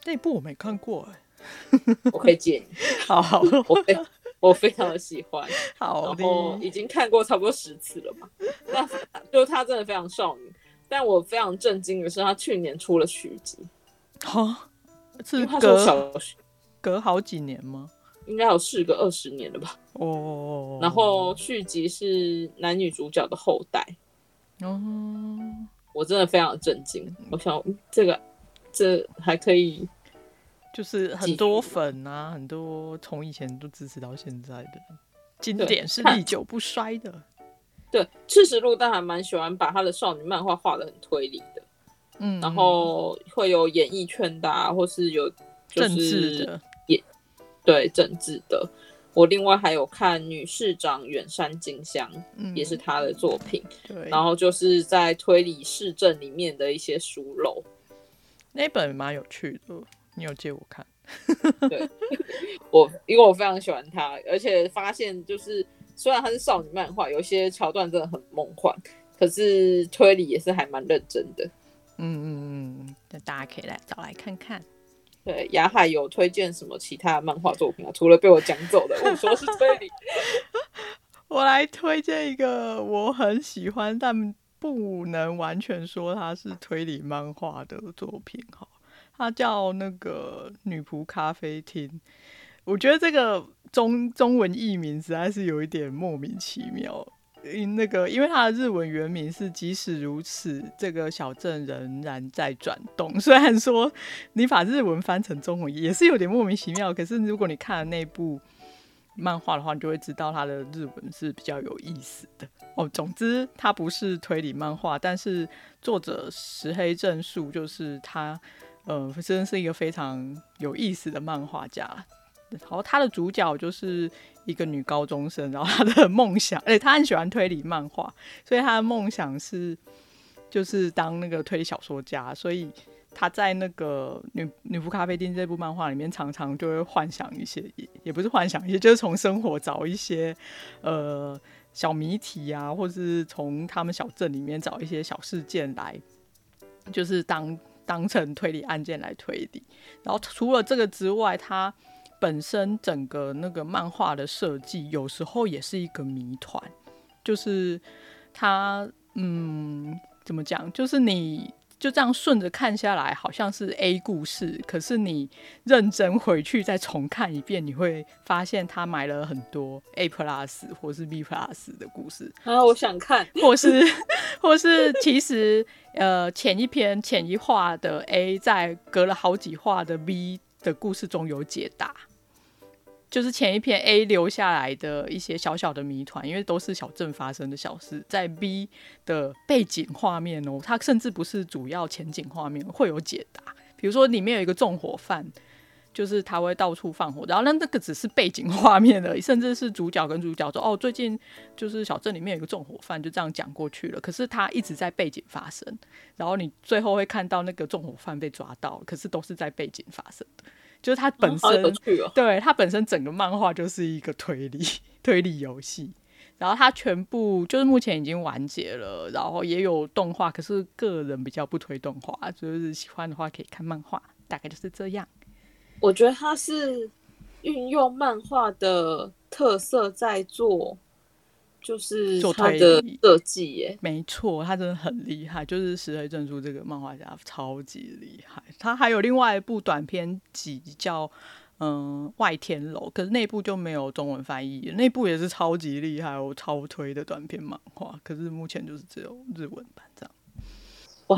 Speaker 1: 那一部我没看过、哎，
Speaker 2: 我可以借你。
Speaker 1: 好好
Speaker 2: 我非我非常的喜欢，
Speaker 1: 好
Speaker 2: 然
Speaker 1: 的，
Speaker 2: 后已经看过差不多十次了吧。那就她真的非常少女，但我非常震惊的是，她去年出了续集，
Speaker 1: 好，
Speaker 2: 因
Speaker 1: 是
Speaker 2: 为她是我
Speaker 1: 隔
Speaker 2: 小学，
Speaker 1: 隔好几年吗？
Speaker 2: 应该有事隔二十年了吧。
Speaker 1: 哦，
Speaker 2: 然后续集是男女主角的后代，
Speaker 1: 哦，
Speaker 2: 我真的非常的震惊。我想嗯这个这还可以，
Speaker 1: 就是很多粉啊，很多从以前都支持到现在的经
Speaker 2: 对
Speaker 1: 典是
Speaker 2: 看
Speaker 1: 历久不衰的，
Speaker 2: 对赤石路但还蛮喜欢把她的少女漫画画的很推理的，
Speaker 1: 嗯，
Speaker 2: 然后会有演艺圈的、啊，或是有、就是、
Speaker 1: 政治的，
Speaker 2: 对政治的。我另外还有看女市长远山金香，
Speaker 1: 嗯，
Speaker 2: 也是他的作品。
Speaker 1: 对。
Speaker 2: 然后就是在推理市政里面的一些疏漏，
Speaker 1: 那本蛮有趣的，你有借我看？
Speaker 2: 我因为我非常喜欢他，而且发现就是虽然他是少女漫画，有一些桥段真的很梦幻，可是推理也是还蛮认真的。
Speaker 1: 嗯嗯嗯，那大家可以来找来看看。
Speaker 2: 对，雅海有推荐什么其他漫画作品啊？除了被我讲走的，我说是推 理，
Speaker 1: 我来推荐一个我很喜欢，但不能完全说它是推理漫画的作品哈。它叫那个《女仆咖啡厅》，我觉得这个中中文译名实在是有一点莫名其妙。因那个，因为它的日文原名是“即使如此，这个小镇仍然在转动”。虽然说你把日文翻成中文也是有点莫名其妙，可是如果你看了那部漫画的话，你就会知道它的日文是比较有意思的哦。总之，它不是推理漫画，但是作者石黑正树就是他，呃，真的是一个非常有意思的漫画家。然后他的主角就是一个女高中生，然后她的梦想， 而且她很喜欢推理漫画，所以她的梦想是就是当那个推理小说家，所以他在那个女女仆咖啡厅这部漫画里面，常常就会幻想一些，也也不是幻想一些，就是从生活找一些呃小谜题啊，或是从他们小镇里面找一些小事件来，就是当当成推理案件来推理。然后除了这个之外，他本身整个那个漫画的设计，有时候也是一个谜团，就是他嗯，怎么讲？就是你就这样顺着看下来，好像是 A 故事，可是你认真回去再重看一遍，你会发现他埋了很多 A plus 或是 B plus 的故事，
Speaker 2: 然啊后我想看，
Speaker 1: 或是或是其实呃前一篇前一话的 A 在隔了好几话的 B 的故事中有解答。就是前一篇 A 留下来的一些小小的谜团，因为都是小镇发生的小事，在 B 的背景画面哦，它甚至不是主要前景画面，会有解答。比如说里面有一个纵火犯，就是他会到处放火，然后那那个只是背景画面而已，甚至是主角跟主角说哦，最近就是小镇里面有一个纵火犯，就这样讲过去了。可是他一直在背景发生，然后你最后会看到那个纵火犯被抓到，可是都是在背景发生的，就是他本
Speaker 2: 好
Speaker 1: 身、
Speaker 2: 有趣哦。
Speaker 1: 对，它本身整个漫画就是一个推理推理游戏，然后它全部就是目前已经完结了，然后也有动画，可是个人比较不推动画，就是喜欢的话可以看漫画，大概就是这样。
Speaker 2: 我觉得他是运用漫画的特色在做，就是
Speaker 1: 做
Speaker 2: 他
Speaker 1: 推
Speaker 2: 的
Speaker 1: 理
Speaker 2: 设计耶。
Speaker 1: 没错，他真的很厉害，就是石黑正书这个漫画家超级厉害。他还有另外一部短篇集叫《嗯外天楼》，可是那部就没有中文翻译，那部也是超级厉害，我超推的短篇漫画。可是目前就是只有日文版这样。
Speaker 2: 我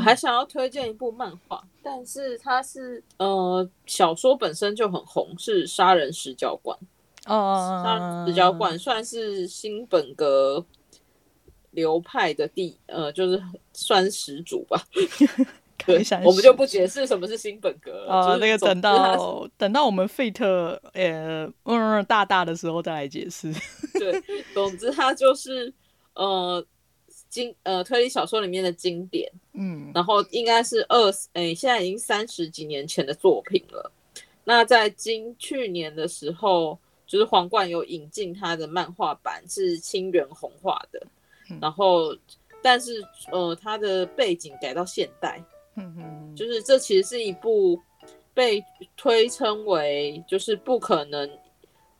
Speaker 1: 嗯
Speaker 2: 还想要推荐一部漫画，但是它是呃小说本身就很红，是《杀人石教官》。《杀人
Speaker 1: 哦，
Speaker 2: 石教官》算是新本格流派的第呃，就是算始祖吧。对
Speaker 1: 开山，
Speaker 2: 我们就不解释什么是新本格了。
Speaker 1: 啊，
Speaker 2: 就是
Speaker 1: 那个
Speaker 2: 总
Speaker 1: 等
Speaker 2: 之它是
Speaker 1: 到等到我们 Fit 呃嗯大大的时候再来解释。
Speaker 2: 对，总之它就是呃经呃推理小说里面的经典，
Speaker 1: 嗯
Speaker 2: 然后应该是二诶、现在已经三十几年前的作品了。那在今去年的时候，就是皇冠有引进它的漫画版，是清源红画的
Speaker 1: 嗯，
Speaker 2: 然后但是呃它的背景改到现代，
Speaker 1: 嗯嗯，
Speaker 2: 就是这其实是一部被推称为就是不可能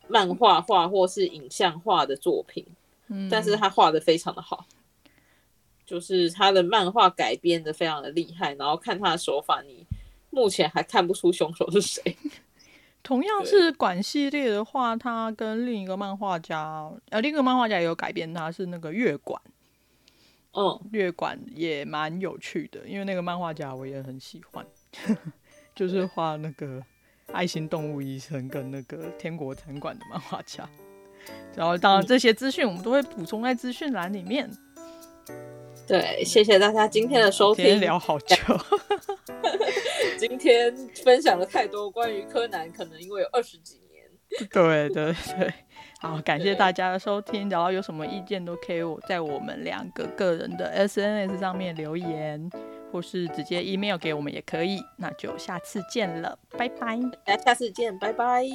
Speaker 2: 漫画化或是影像化的作品，
Speaker 1: 嗯
Speaker 2: 但是他画的非常的好，就是他的漫画改编的非常的厉害，然后看他的手法，你目前还看不出凶手是谁。
Speaker 1: 同样是管系列的话，它跟另一个漫画家呃另一个漫画家也有改编，它是那个月管。
Speaker 2: 嗯，
Speaker 1: 乐馆也蛮有趣的，因为那个漫画家我也很喜欢， 就是画那个爱心动物医生跟那个天国餐馆的漫画家。然后，当然这些资讯我们都会补充在资讯栏里面。
Speaker 2: 对，谢谢大家今天的收
Speaker 1: 今天
Speaker 2: 听。
Speaker 1: 聊好久，
Speaker 2: 今天分享了太多关于柯南，可能因为有二十几年
Speaker 1: 对对对，好，感谢大家的收听，然后有什么意见都可以我在我们两个个人的 SNS 上面留言，或是直接 email 给我们也可以。那就下次见了，拜拜。
Speaker 2: 大家下次见，拜拜。